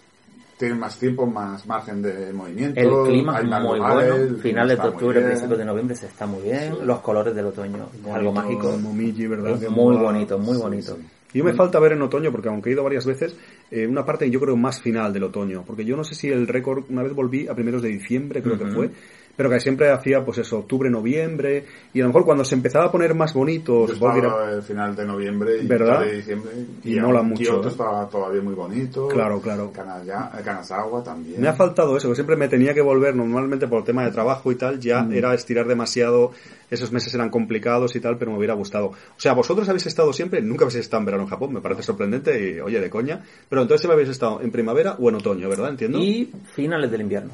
Tiene más tiempo, más margen de movimiento. el clima hay es más muy lugares, el bueno. clima Finales de está muy octubre, bien. principios de noviembre se está muy bien. Los colores del otoño, es algo mágico. El momiji, ¿verdad? Es Que muy mola. bonito, muy bonito. Y yo me falta ver en otoño, porque aunque he ido varias veces, eh, una parte yo creo más final del otoño, porque yo no sé si el récord, una vez volví a primeros de diciembre, creo que fue, pero que siempre hacía pues eso, octubre, noviembre, y a lo mejor cuando se empezaba a poner más bonito, Yo supongo que era- estaba el final de noviembre y ¿Verdad? mitad de diciembre. Y mola aún mucho, Kioto ¿eh? estaba todavía muy bonito. Claro, claro. Kanaya- eh, Kanazawa también. me ha faltado eso, que siempre me tenía que volver normalmente por tema de trabajo y tal, ya era estirar demasiado, esos meses eran complicados y tal, pero me hubiera gustado. O sea, vosotros habéis estado siempre, nunca habéis estado en verano en Japón, me parece sorprendente y oye, de coña, pero entonces siempre habéis estado en primavera o en otoño, ¿verdad? Entiendo. Y finales del invierno.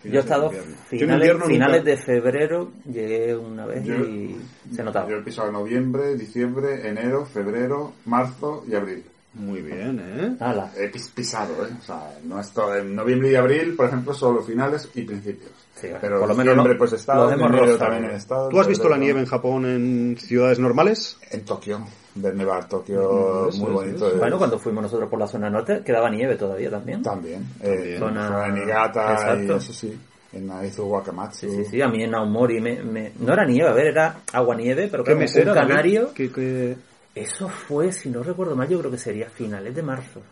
Finales Yo he estado del invierno. Yo en finales, invierno nunca- finales de febrero, llegué una vez Yo- y se notaba. Yo he pisado noviembre, diciembre, enero, febrero, marzo y abril. Muy bien, ¿eh? Ala. He pis- pisado, ¿eh? O sea, no he estado en noviembre y abril, por ejemplo, solo finales y principios. Sí, bueno, Pero por lo menos diciembre lo- pues he lo estado, en hemos enero rozado. también he estado. ¿Tú has visto la febrero- nieve en Japón en ciudades normales? En Tokio, de nevar Tokio, muy bonito. es. Bueno, cuando fuimos nosotros por la zona norte, quedaba nieve todavía también. También, eh, en Zona- zona de Niigata y Exacto. eso sí, en Aizu Wakamatsu. Sí, sí, sí, a mí en Aomori me, me- no era nieve, a ver, era agua-nieve, pero ¿Qué claro, mesera? un David? canario. ¿Qué- qué? Eso fue, si no recuerdo mal, yo creo que sería finales de marzo.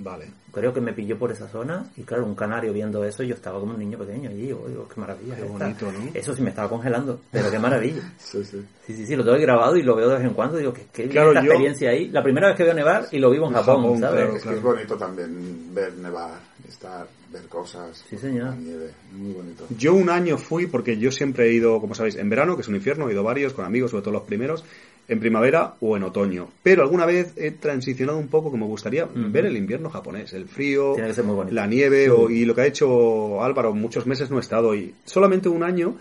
Vale. Creo que me pilló por esa zona y claro, un canario viendo eso, yo estaba como un niño pequeño allí, digo, digo, qué maravilla. Qué esta. bonito, ¿no? Eso sí me estaba congelando, pero qué maravilla. Sí, sí. Sí, sí, sí, lo tengo ahí grabado y lo veo de vez en cuando, digo, qué, qué bien Claro, esta yo- experiencia ahí. La primera vez que veo nevar y lo vivo en Japón, Japón, ¿sabes? claro. Es que es bonito también ver nevar, estar, ver cosas. Sí, señor. La nieve, muy bonito. Yo un año fui porque yo siempre he ido, como sabéis, en verano, que es un infierno, he ido varios con amigos, sobre todo los primeros, en primavera o en otoño. Pero alguna vez he transicionado un poco, como me gustaría, ver el invierno japonés, el frío, Tiene que ser muy bonito. la nieve o- y lo que ha hecho Álvaro, muchos meses no he estado y solamente un año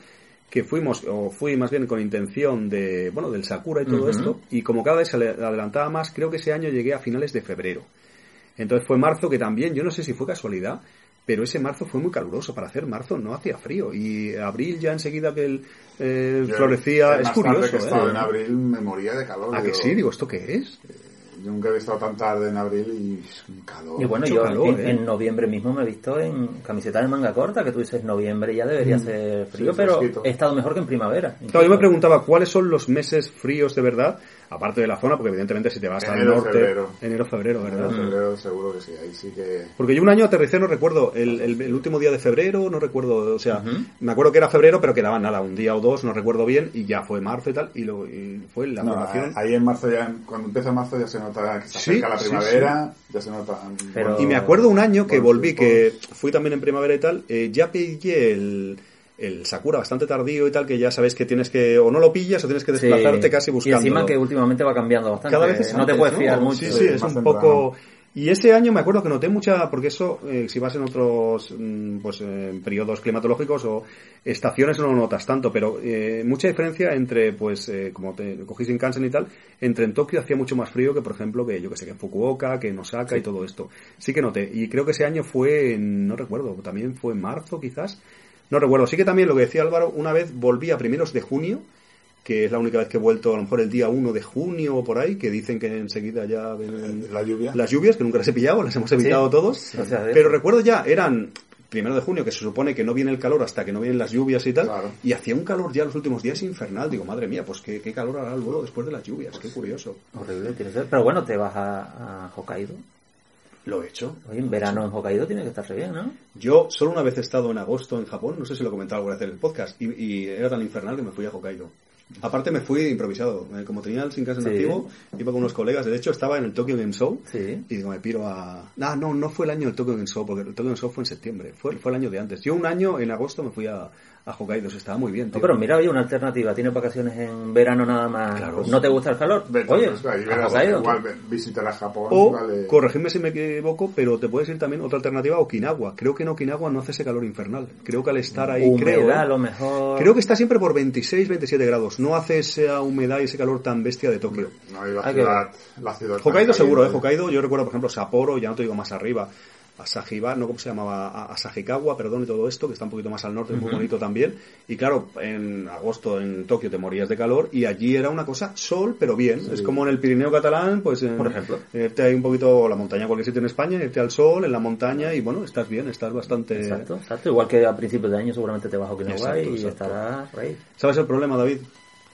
que fuimos, o fui más bien con intención de, bueno, del Sakura y todo esto, y como cada vez se le- adelantaba más, creo que ese año llegué a finales de febrero. Entonces fue marzo que también, yo no sé si fue casualidad, pero ese marzo fue muy caluroso. Para hacer marzo no hacía frío. Y abril ya enseguida que el, eh, Yo, florecía, eh, es más tarde curioso. que ¿eh? estaba en abril me moría de calor. ¿A que digo, sí? Digo, ¿esto qué es? Yo nunca había estado tan tarde en abril y es un calor. Y bueno, Mucho yo calor, en, ¿eh? en noviembre mismo me he visto en camiseta de manga corta, que tú dices noviembre ya Mm. debería ser frío, sí, pero fresquito. he estado mejor que en primavera. Claro, yo me preguntaba cuáles son los meses fríos de verdad, aparte de la zona, porque evidentemente si te vas Enero, al norte, febrero. enero, febrero, ¿verdad? En febrero seguro que sí, ahí sí que... Porque yo un año aterricé, no recuerdo, el, el- el último día de febrero, no recuerdo, o sea, me acuerdo que era febrero, pero quedaba nada, un día o dos, no recuerdo bien, y ya fue marzo y tal, y, lo, y fue la No, formación. ahí en marzo ya, cuando empieza marzo ya se nota que se Sí, acerca la sí, primavera, ya se nota... Pero- Y me acuerdo un año que Bueno, volví, sí, que fui también en primavera y tal, eh, ya pillé el, el Sakura bastante tardío y tal, que ya sabéis que tienes que, o no lo pillas, o tienes que Sí. desplazarte casi buscando. Y encima que últimamente va cambiando bastante. ¿eh? Cada vez es no te antes, puedes fiar mucho. Sí, sí, es más un temprano. poco... Y ese año me acuerdo que noté mucha, porque eso, eh, si vas en otros mm, pues, eh, periodos climatológicos o estaciones no lo notas tanto, pero eh, mucha diferencia entre, pues, eh, como te cogís en Kansen y tal, entre en Tokio hacía mucho más frío que, por ejemplo, que yo que sé, que en Fukuoka, que en Osaka y todo esto. Sí que noté. Y creo que ese año fue, en- no recuerdo, también fue en marzo quizás. No recuerdo. Sí que también lo que decía Álvaro, una vez volví a primeros de junio, que es la única vez que he vuelto, a lo mejor el día 1 de junio o por ahí, que dicen que enseguida ya ven La lluvia. las lluvias, que nunca las he pillado, las hemos evitado todos. O sea, de- Pero recuerdo ya, eran primero de junio, que se supone que no viene el calor hasta que no vienen las lluvias y tal, Claro. y hacía un calor ya los últimos días infernal. Digo, madre mía, pues qué, qué calor hará el vuelo después de las lluvias, qué curioso. Horrible, tiene que ser. Pero bueno, te vas a, a Hokkaido. Lo he hecho. Oye, en verano en Hokkaido tiene que estar re bien, ¿no? Yo solo una vez he estado en agosto en Japón, no sé si lo he comentado alguna vez en el podcast, y, y era tan infernal que me fui a Hokkaido. Aparte me fui improvisado, eh, como tenía el Shinkansen Sí. activo, iba con unos colegas, de hecho estaba en el Tokyo Game Show, Sí. y digo, me piro a... Ah, no, no fue el año del Tokyo Game Show, porque el Tokyo Game Show fue en septiembre, fue, fue el año de antes. Yo un año en agosto me fui a, a Hokkaido, se estaba muy bien. No, tío. pero mira, oye, una alternativa. Tienes vacaciones en verano nada más. Claro. ¿No te gusta el calor? Vete, oye, pues, ahí a verás, Hokkaido. igual ve- visitar a Japón, O, vale. corregidme si me equivoco, pero te puedes ir también otra alternativa a Okinawa. Creo que en Okinawa no hace ese calor infernal. Creo que al estar ahí, Humedad, creo... ¿eh? a lo mejor. Creo que está siempre por 26, 27 grados. No hace esa humedad y ese calor tan bestia de Tokio. No, y la Hay que ciudad, la ciudad... Ah, Hokkaido tan seguro, ¿eh? caliente. Hokkaido, yo recuerdo, por ejemplo, Sapporo, ya no te digo más arriba, Asahiba, no cómo se llamaba, A- Asahikawa, perdón, y todo esto, que está un poquito más al norte, muy bonito también. Y claro, en agosto en Tokio te morías de calor y allí era una cosa sol, pero bien. Es como en el Pirineo catalán, pues... en- Por ejemplo. Irte ahí un poquito a la montaña, cualquier sitio en España, irte al sol, en la montaña y bueno, estás bien, estás bastante... Exacto, exacto. Igual que a principios de año seguramente te vas a Okinawa Este, Exacto, y exacto. estarás rey. ¿Sabes el problema, David?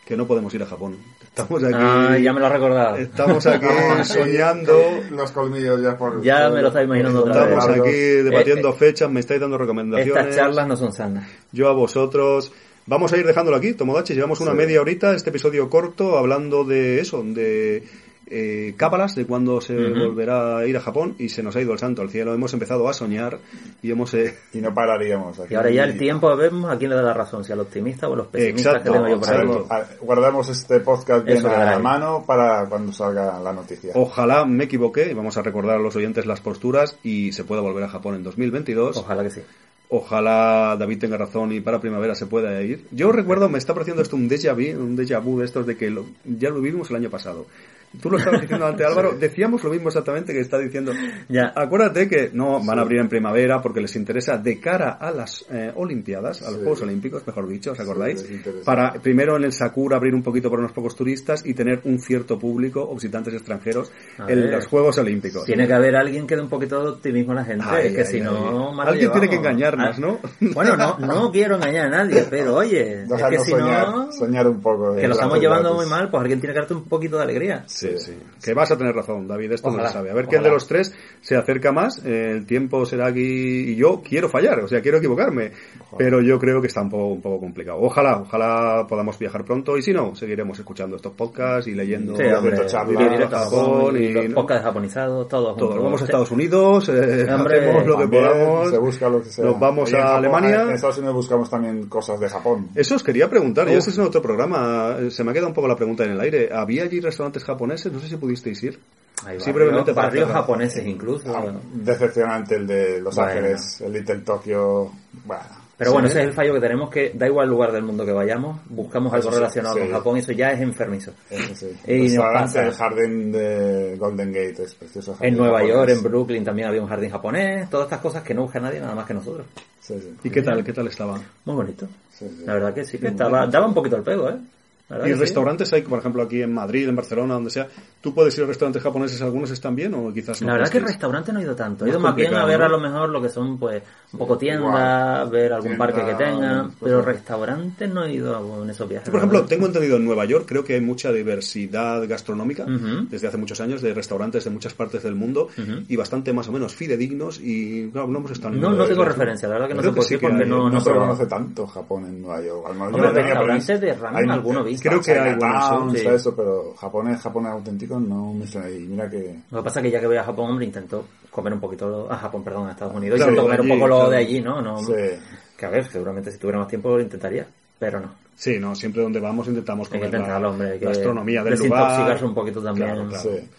Que no podemos ir a Japón. Estamos aquí... Ah, ya me lo has recordado. Estamos aquí Estamos aquí soñando, Los colmillos ya por... Ya me lo está imaginando otra vez. estamos aquí debatiendo Eh, eh. fechas, me estáis dando recomendaciones. Estas charlas no son sanas. Yo a vosotros. Vamos a ir dejándolo aquí, Tomodachi. Llevamos una media horita, este episodio corto, hablando de eso, de eh, cábalas, de cuándo se volverá a ir a Japón y se nos ha ido el santo al cielo. Hemos empezado a soñar y hemos... eh, Y no pararíamos. Aquí. Y ahora ya el tiempo vemos a quién le da la razón, si al optimista o a los pesimistas Exacto, que tengo yo por ahí. Sabemos- a- guardamos este podcast bien Eso a quedará la ahí. Oh, mano para cuando salga la noticia. Ojalá me equivoque, y vamos a recordar a los oyentes las posturas y se pueda volver a Japón en 2022. Ojalá que sí. Ojalá David tenga razón y para primavera se pueda ir. Yo recuerdo, me está pareciendo esto un déjà vu, un déjà vu de estos de que lo- ya lo vivimos el año pasado. Tú lo estabas diciendo ante Álvaro, decíamos lo mismo exactamente que está diciendo. Ya. Acuérdate que no van a abrir en primavera porque les interesa de cara a las eh, Olimpiadas, a los Juegos Olímpicos, mejor dicho, ¿os acordáis? les interesa. para primero en el Sakura abrir un poquito para unos pocos turistas y tener un cierto público, o visitantes extranjeros, A en ver. los Juegos Olímpicos. Tiene que haber alguien que dé un poquito de optimismo a la gente, Ay, es que ay, si ay. no, mal lo Alguien tiene que llevamos. engañarnos, Ah, ¿no? Bueno, no, no quiero engañar a nadie, pero oye, es que Déjanos si soñar, no, soñar un poco. que lo estamos Gratis, llevando gratis. muy mal, pues alguien tiene que darte un poquito de alegría. Sí, sí. Este, Que vas a tener razón, David, esto no Ojalá, lo sabe. A ver ojalá. quién de los tres se acerca más. eh, el tiempo será aquí y yo quiero fallar, o sea, quiero equivocarme. Pero yo creo que está un poco, un poco complicado. Ojalá, ojalá podamos viajar pronto y si no, seguiremos escuchando estos podcasts y leyendo. Sí, hombre, haciendo charlas, vivir directo a Japón, Japón y- los podcasts japonizados, todo Todo, junto. vamos a Estados Unidos, eh, Hombre, hacemos lo que También podamos. se busca lo que sea. Nos vamos Ahí en a Japón, Alemania. En Estados Unidos buscamos también cosas de Japón. Eso os quería preguntar, y Uf. este es en otro programa, eh, se me ha quedado un poco la pregunta en el aire. ¿Había allí restaurantes japoneses? No sé si pudisteis ir. Hay Sí, brevemente barrios, para barrios cerrar. japoneses incluso. Ah, Decepcionante el de Los Bueno. Ángeles, el Little Tokyo. Bueno, Pero bueno, Sí. ese es el fallo que tenemos, que da igual el lugar del mundo que vayamos, buscamos algo Eso sí, relacionado sí. con Japón, y eso ya es enfermizo. Eso sí. Y Pues nos ahora pasa. El jardín de Golden Gate es precioso. jardín En Nueva japonés. York, en Brooklyn también había un jardín japonés, todas estas cosas que no busca nadie nada más que nosotros. Sí, sí. ¿Y qué tal? ¿Qué tal estaba? Muy bonito. Sí, sí. La verdad que sí, que estaba, daba un poquito el pego, ¿eh? La verdad ¿Y que sí. restaurantes hay, por ejemplo, aquí en Madrid, en Barcelona, donde sea? ¿Tú puedes ir a restaurantes japoneses? ¿Algunos están bien o quizás no? La verdad que estés? restaurante no he ido tanto. He Más ido más bien a complicado, ver ¿no? a lo mejor lo que son, pues, un poco tiendas, Igual. ver algún Tienda, parque que tengan, pues, pero sí. restaurantes no he ido a- en esos viajes. Yo, por ejemplo, la tengo entendido en Nueva York, creo que hay mucha diversidad gastronómica Ujú. desde hace muchos años, de restaurantes de muchas partes del mundo Ujú. y bastante más o menos fidedignos y claro, no hemos estado en No, Nueva no tengo York. referencia, la verdad que no Creo sé por qué, que porque hay, no- No, no- sé. se pero- conoce tanto Japón en Nueva York. Al menos yo Hombre, no tenía restaurantes previsto. de ramen Hay- alguno visto. creo que hay Chinatown, algunos, sí. todo eso, pero Japón es Japón auténtico, no me suena. Y mira que. Lo que pasa es que ya que voy a Japón, hombre, intento comer un poquito lo- a Japón, perdón, a Estados Unidos, Claro, intento comer allí, un poco lo claro. de allí, ¿no? no Sí. Que a ver, seguramente si tuviera más tiempo lo intentaría, pero no. Sí, no, siempre donde vamos intentamos Hay que comer intentarlo, la hombre. hay que gastronomía del desintoxicarse lugar. un poquito también. Claro, claro. Sí.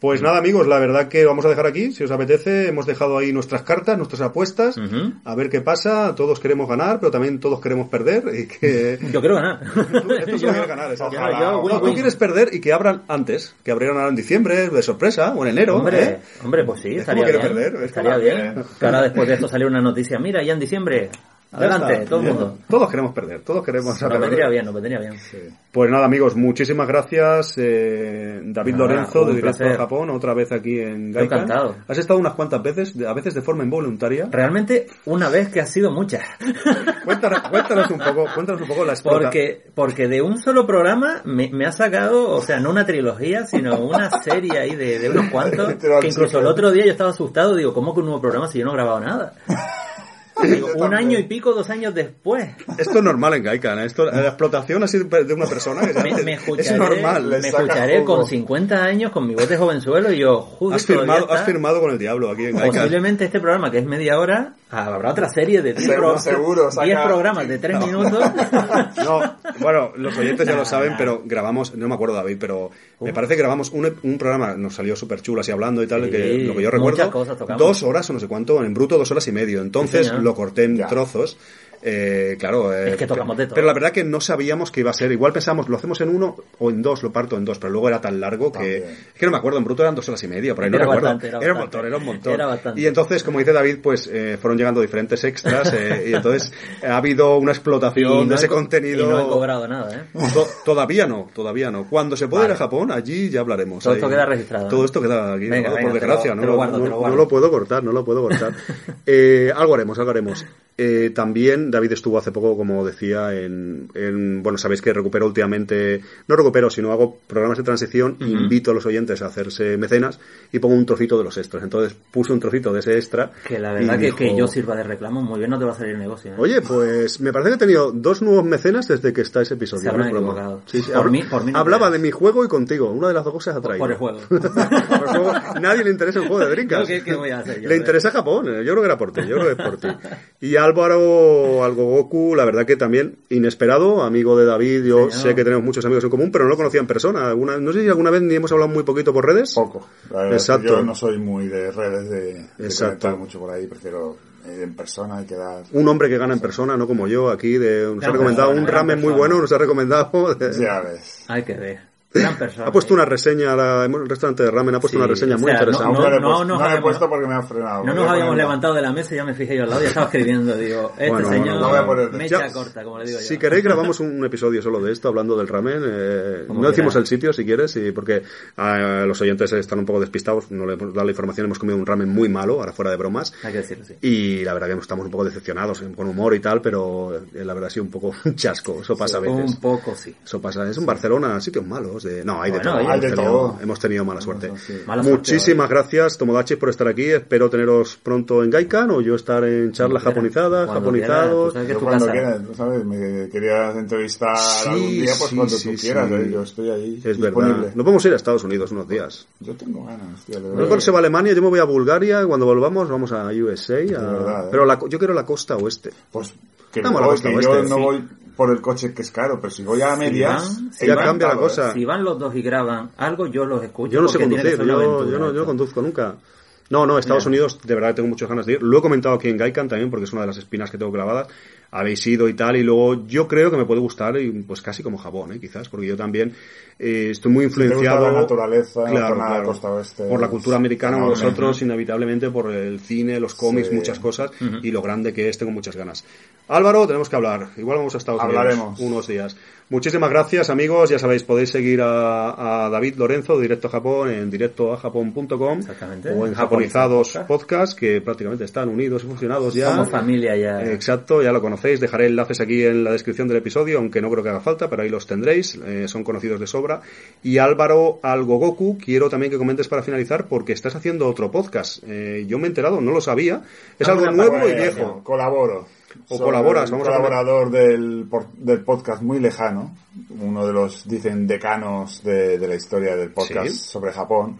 Pues nada, amigos, la verdad que vamos a dejar aquí, si os apetece, hemos dejado ahí nuestras cartas, nuestras apuestas, Ujú. a ver qué pasa, todos queremos ganar, pero también todos queremos perder y que Yo quiero ganar. Tú, esto se Yo- lo quieres ganar, exacto. yo- yo, No, win, tú win. quieres perder y que abran antes, que abrieran ahora en diciembre, de sorpresa, o en enero. Hombre, ¿eh? hombre, pues sí, Es estaría como bien. quiere perder, es estaría como- bien. Que ahora después de esto salió una noticia. Mira, ya en diciembre. Ya Adelante, está, todo el ya. mundo. Todos queremos perder, todos queremos Nos perder. vendría bien, nos vendría bien. Pues nada, amigos, muchísimas gracias, eh, David Nada, Lorenzo, un de Directo placer. a Japón, otra vez aquí en Gaikan. encantado. Has estado unas cuantas veces, de- a veces de forma involuntaria. Realmente, una vez que ha sido muchas. Cuéntanos, cuéntanos un poco, cuéntanos un poco la explota. Porque, porque de un solo programa me, me ha sacado, o sea, no una trilogía, sino una serie ahí de, de unos cuantos, que incluso el otro día yo estaba asustado, digo, ¿cómo que un nuevo programa si yo no he grabado nada? Yo Digo, un también. año y pico, dos años después. Esto es normal en Gaikan, ¿eh? esto, la explotación así de de una persona. que se Me, hace- me es escucharé, normal. le me saca escucharé jugo. con 50 años, con mi voz de jovenzuelo, y yo, joder, Has firmado, todavía has está. firmado con el diablo aquí en Gaikan. Posiblemente este programa, que es media hora, habrá otra serie de 10 Seguro, seguro, saca- programas de 3 minutos. No, bueno, los oyentes ya Nah, lo saben, nah. pero grabamos, no me acuerdo David, pero me parece que grabamos un, un programa, nos salió súper chulo así hablando y tal, Sí, que lo que yo muchas recuerdo, cosas tocamos. dos horas o no sé cuánto, en bruto dos horas y medio, entonces Sí, señor. lo corté en Ya. trozos. eh, claro, eh, Es que tocamos de pero- todo. pero la verdad que no sabíamos que iba a ser. Igual pensamos, lo hacemos en uno o en dos, lo parto en dos, pero luego era tan largo que. También. Es que no me acuerdo, en bruto eran dos horas y media, por ahí no Era recuerdo. bastante, era un bastante. montón, era un montón. Era bastante. Y entonces, como dice David, pues eh, fueron llegando diferentes extras eh, y entonces ha habido una explotación Y no de he- ese contenido. Y no he cobrado nada, ¿eh? To- todavía no, todavía no. Cuando se pueda Vale. ir a Japón, allí ya hablaremos. Todo esto Ahí- queda registrado, ¿no? Todo esto queda aquí, Venga, ¿no? venga, por te lo- desgracia. te no, lo guardo, no- te lo no guardo. lo puedo cortar, no lo puedo cortar. Eh, algo haremos, algo haremos. Eh, también David estuvo hace poco, como decía, en, en- Bueno, sabéis que recupero últimamente... No recupero, sino hago programas de transición, invito a los oyentes a hacerse mecenas y pongo un trocito de los extras. Entonces puse un trocito de ese extra. Que la y verdad que, que dijo, yo sirva de reclamo, muy bien no te va a salir el negocio. ¿eh? Oye, pues me parece que he tenido dos nuevos mecenas desde que está ese episodio. Se habrán no es broma. equivocado. Sí, sí, Por habla- mí- por mí no hablaba de creas. mi juego y contigo. Una de las dos cosas ha traído. por el juego. Por el juego. Nadie le interesa el juego de Yo Drinkas. qué- qué voy a hacer yo, le eh. interesa Japón. eh, Yo creo que era por ti. Yo creo que es por ti. Y Álvaro, algo Goku, la verdad que también inesperado, amigo de David. Yo Señor. sé que tenemos muchos amigos en común, pero no lo conocía en persona. Alguna- no sé si alguna vez ni hemos hablado muy poquito por redes. Poco. La verdad es que Exacto. Yo no soy muy de redes de, de Exacto. conectar mucho por ahí, prefiero ir en persona y quedar. Un hombre que gana en persona, no como yo, aquí de, nos ha Gran recomendado persona, un gran ramen muy persona. bueno, nos ha recomendado. de- Ya ves. Hay que ver. Gran persona. Ha puesto ¿eh? una reseña, la- el restaurante de ramen ha puesto Sí, una reseña o muy sea, interesante. No, No, le he no, puesto- no, no le he Jaime, puesto no. porque me ha frenado. No Voy nos a habíamos poner- levantado de la mesa y ya me fijé yo al lado y estaba escribiendo. Digo, este Bueno, señor bueno, no voy a poner- mecha Ya, corta, como le digo yo. Si queréis grabamos un episodio solo de esto, hablando del ramen. eh, Como no decimos queráis. el sitio, si quieres, y porque eh, los oyentes están un poco despistados, no les hemos dado la información, hemos comido un ramen muy malo, ahora fuera de bromas. Hay que decirlo, sí. Y la verdad que estamos un poco decepcionados, eh, con humor y tal, pero eh, la verdad ha sido un poco un chasco, eso pasa a veces. Un poco, sí. Eso pasa, es en Barcelona, sitios malos. De... No, hay de Bueno, todo. hay hemos de tenido- todo. Hemos tenido mala suerte. Mala Muchísimas gracias, Tomodachi, por estar aquí. Espero teneros pronto en Gaikan o yo estar en charlas Cuando japonizadas, quieras, cuando japonizados. quieras, tú sabes que es Yo tu cuando casa. quieras, tú sabes, me querías entrevistar Sí, algún día, pues sí, cuando sí, tú quieras, sí. eh, yo estoy ahí. Es disponible. verdad. Nos vamos a ir a Estados Unidos unos días. Yo tengo ganas, tío. de verdad. Nosotros se va a Alemania, yo me voy a Bulgaria. y Cuando volvamos, vamos a USA. a- verdad, ¿eh? Pero la co- yo quiero la costa oeste. Pues que, Vamos a la voy, costa que oeste, yo no sí. voy por el coche que es caro, pero si voy a medias, van, si he ya van, cambia la encantado, ¿eh? cosa. Si van los dos y graban algo, yo los escucho. Yo no sé porque tiene conducir, que ser una yo, aventura yo no, yo no esto. conduzco nunca. No, no, Estados Unidos, de verdad que tengo muchas ganas de ir. Lo he comentado aquí en Gaikan también, porque es una de las espinas que tengo clavadas. Habéis ido y tal, y luego yo creo que me puede gustar, y pues casi como Japón, ¿eh? quizás, porque yo también eh, estoy muy influenciado. gusta la naturaleza, la Claro, zona de claro. costa oeste. Por la cultura Es americana, como enorme. nosotros, inevitablemente, por el cine, los cómics, Sí. muchas cosas, y lo grande que es, tengo muchas ganas. Álvaro, tenemos que hablar. Igual vamos a Estados Unidos Hablaremos. Pues unos días. Muchísimas gracias, amigos. Ya sabéis, podéis seguir a, a David Lorenzo, de Directo a Japón, en directoajapón.com Exactamente. o en Japonizados Japonizados Podcast. Podcast, que prácticamente están unidos y funcionados ya. Somos familia ya. Exacto, ya lo conocéis. Dejaré enlaces aquí en la descripción del episodio, aunque no creo que haga falta, pero ahí los tendréis. eh, son conocidos de sobra. Y Álvaro Algogoku, quiero también que comentes para finalizar, porque estás haciendo otro podcast. Eh, yo me he enterado, no lo sabía. Es algo Alguna nuevo y Bueno, viejo. Colaboro. O Soy colaboras, un vamos a poner- colaborador del, por- del podcast muy lejano, uno de los, dicen, decanos de, de la historia del podcast Sí. sobre Japón.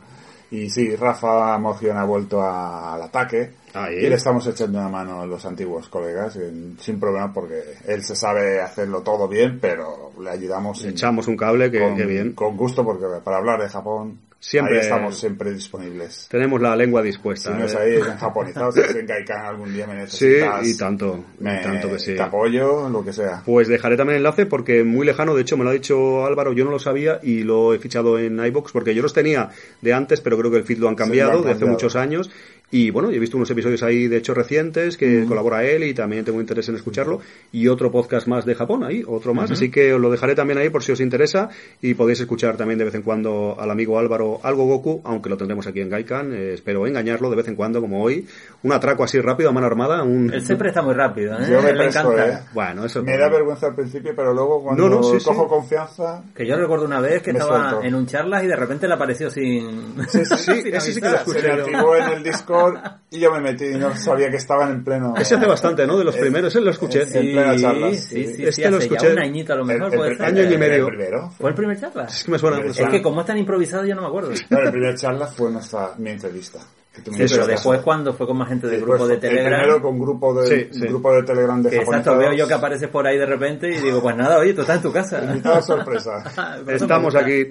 Y sí, Rafa Moción ha vuelto a- al ataque. Ahí. Y le estamos echando una mano a los antiguos colegas, en- sin problema, porque él se sabe hacerlo todo bien, pero le ayudamos. eh, sin- Echamos un cable, que, con, que bien. con gusto, porque para hablar de Japón, Siempre- ahí estamos siempre disponibles. Tenemos la lengua Si dispuesta. no es eh. ahí, es en japonizado, si es en Gaikan algún día me Sí, necesitas. y tanto, y Me- tanto que sí. Te apoyo, lo que sea. Pues dejaré también enlace porque muy lejano, de hecho me lo ha dicho Álvaro, yo no lo sabía y lo he fichado en iBox porque yo los tenía de antes, pero creo que el feed lo han cambiado, lo han de hace cambiado. muchos años. Y bueno, yo he visto unos episodios ahí, de hecho, recientes que colabora él y también tengo interés en escucharlo. Y otro podcast más de Japón ahí, otro más. Así que os lo dejaré también ahí por si os interesa y podéis escuchar también de vez en cuando al amigo Álvaro Algo Goku, aunque lo tendremos aquí en Gaikan. eh, espero engañarlo de vez en cuando, como hoy. Un atraco así rápido a mano armada. Un... Él se presta muy rápido, ¿eh? Yo me Él le presto, encanta. ¿eh? Bueno, eso Me da vergüenza al principio, pero luego cuando No, no, sí, sí. cojo confianza... Que yo recuerdo una vez que Me estaba suelto. en un charlas y de repente le apareció sin. sí, sí, sin ese sí que avisar. lo Se escuché me yo. activó en el Discord y yo me metí y no sabía que estaban en pleno... Ese hace bastante, ¿no? De los primeros, él lo escuché. en plena charla, Sí, sí, sí, Este sí, lo hace ya escuché un añito a lo El- mejor el- puede el- ser. año y medio. El primero. ¿Fue el primer charla? Es que me suena. me Es suena. que como es tan improvisado yo no me acuerdo. No, el primer charla fue nuestra, mi entrevista. que tú me Sí, pero hiciste. después cuando fue con más gente del grupo de Después, El Telegram, primero con grupo de, Sí, sí. grupo de Telegram de que exacto japonizados. veo yo que apareces por ahí de repente y digo, pues nada, oye, tú estás en tu casa. Ah, Invitado Ah, sorpresa. Pero eso me Estamos gusta. aquí.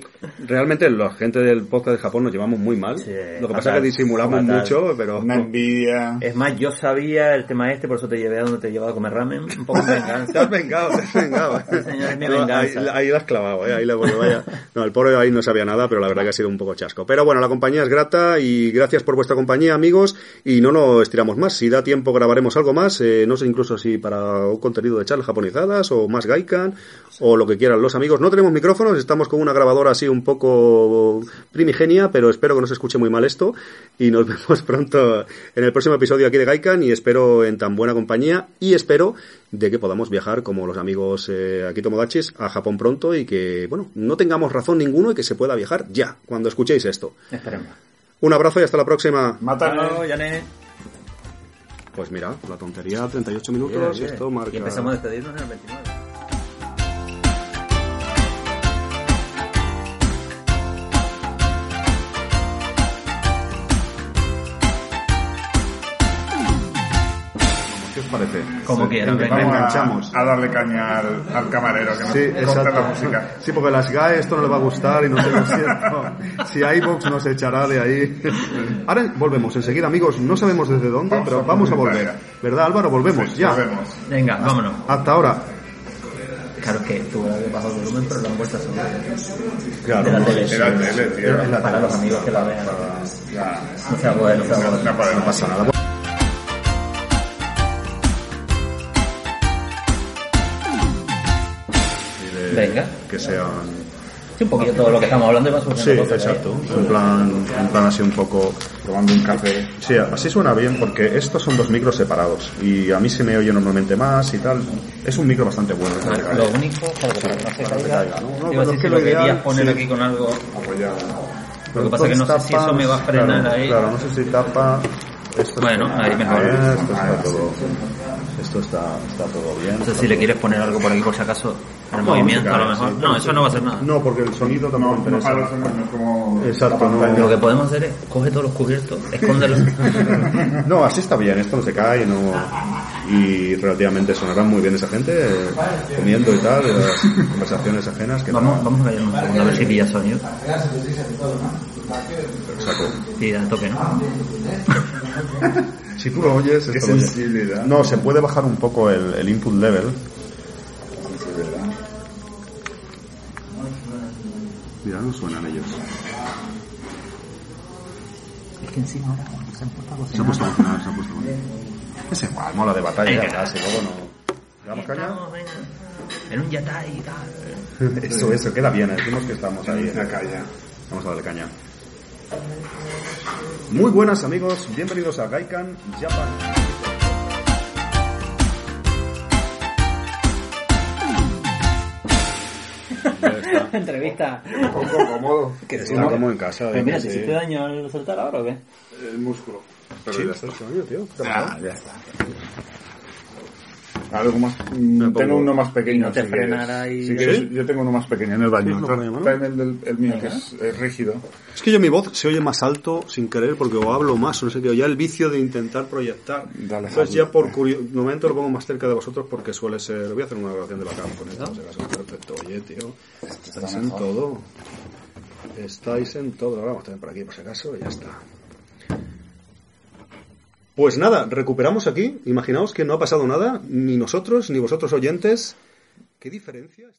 Realmente la gente del podcast de Japón nos llevamos muy mal. Sí, lo que pasa es que fatal, disimulamos fatal. mucho, pero... Una envidia. Es más, yo sabía el tema este, por eso te llevé a donde te he llevado a comer ramen, un poco en Te venganza. has vengado, te has vengado. señor, es mi No, ahí, venganza. ahí la has clavado, ¿eh? ahí la porque vaya. No, el pobre ahí no sabía nada, pero la verdad que ha sido un poco chasco. Pero bueno, la compañía es grata y gracias por vuestra compañía, amigos. Y no nos estiramos más. Si da tiempo, grabaremos algo más. eh, no sé incluso si para un contenido de charlas japonizadas o más Gaikan o lo que quieran los amigos. No tenemos micrófonos, estamos con una grabadora así un poco primigenia, pero espero que no se escuche muy mal esto. Y nos vemos pronto en el próximo episodio aquí de Gaikan y espero en tan buena compañía y espero de que podamos viajar como los amigos eh, aquí Tomodachis a Japón pronto y que, bueno, no tengamos razón ninguno y que se pueda viajar ya, cuando escuchéis esto. Esperemos. Un abrazo y hasta la próxima. Mátame. Bueno, Janet. Pues mira, la tontería, 38 minutos, Bien, bien. esto marca... Y empezamos a despedirnos en el 29. ¿Qué os parece? Como quieran, que venga. enganchamos. A, a darle caña al, al camarero que nos Sí, corta exacto. la música. Sí, porque las E, GAE esto no le va a gustar y no sé lo siento. Si iBox nos echará de ahí. Ahora volvemos enseguida, amigos. No sabemos desde dónde, Vamos pero a vamos a volver. volver. ¿Verdad, Álvaro? Volvemos, ya. Nos vemos. Venga, Ah. vámonos. Hasta ahora. Claro que tuve que haber bajado el volumen, pero lo han vuelto a subir. Claro, de la tele. Era el tele, tío. Para los amigos que la vean. Ya. No se agüe, no se agüe. No podemos. pasa nada. pues, Venga. Que sea... Sí, un poquito todo lo que estamos hablando y va surgiendo Sí, cosas ¿eh? de ahí. exacto. Un plan, un plan así un poco... Tomando un café. Sí, así suena bien porque estos son dos micros separados y a mí se me oye normalmente más y tal. Es un micro bastante bueno. es verdad. Lo único, claro, que para que no se caiga, caiga, ¿no? No, te pero iba a es decir que si lo lo querías ideal, poner sí. aquí con algo. Apoyado. Lo que pasa es que no sé si eso me va a frenar claro, ahí. Claro, no sé si tapa. Esto Bueno, está- ahí mejor. Ah, Esto está todo, esto está, está todo bien. No sé si le quieres poner algo por aquí por si acaso. En el movimiento a lo mejor. No, eso no va a ser nada. No, porque el sonido tampoco No interesa. paras no es como... Exacto, Lo que no. podemos hacer es coge todos los cubiertos, escóndelos. No, así está bien, esto no se cae, no. Y relativamente sonarán muy bien esa gente, eh, comiendo y tal, eh, las conversaciones ajenas que no- vamos, vamos a callarnos un segundo a ver si pilla sonido. Saco. Sí, a tope, ¿no? Si tú lo oyes, Qué esto lo oyes. sensibilidad. No, se puede bajar un poco el, el input level. Mira, no suenan ellos. Es que encima ahora cuando se han puesto a Se cocinar. Eh. ha puesto a funcionar, se ha puesto a funcionar. Es igual, mola de batalla, Venga. ya, si luego no. ¿Le damos caña? Estamos, venga, en un yatay y tal. Eso, eso, queda bien, ¿eh? decimos que estamos ahí. Una caña. Vamos a darle caña. Muy buenas amigos, bienvenidos a Gaikan Japan. Entrevista. Poco cómodo. Que Está si no- como en casa. Pero venga, mira, ¿te sí. hiciste daño al saltar ahora o qué? El músculo. Pero ya está. Coño, tío, ¿qué te ha pasado? Ah, ya está. Algo más. mm, pongo- Tengo uno más Y pequeño. no te si quieres. frenara y- Si quieres, Yo tengo uno más pequeño en el baño. ¿Tienes uno pequeño, no? Tráeme el, del- el mío, que es, es rígido. Es que yo mi voz se oye más alto sin querer porque o hablo más, o no sé qué, o ya el vicio de intentar proyectar. Dale, Entonces Javi. ya por curio- momento lo pongo más cerca de vosotros porque suele ser... Voy a hacer una grabación de la cam con esto, por si acaso. perfecto. Oye, tío, estáis en todo. Estáis en todo. Ahora vamos a tener por aquí por si acaso y ya está. Pues nada, recuperamos aquí. Imaginaos que no ha pasado nada, ni nosotros, ni vosotros oyentes. ¿Qué diferencia?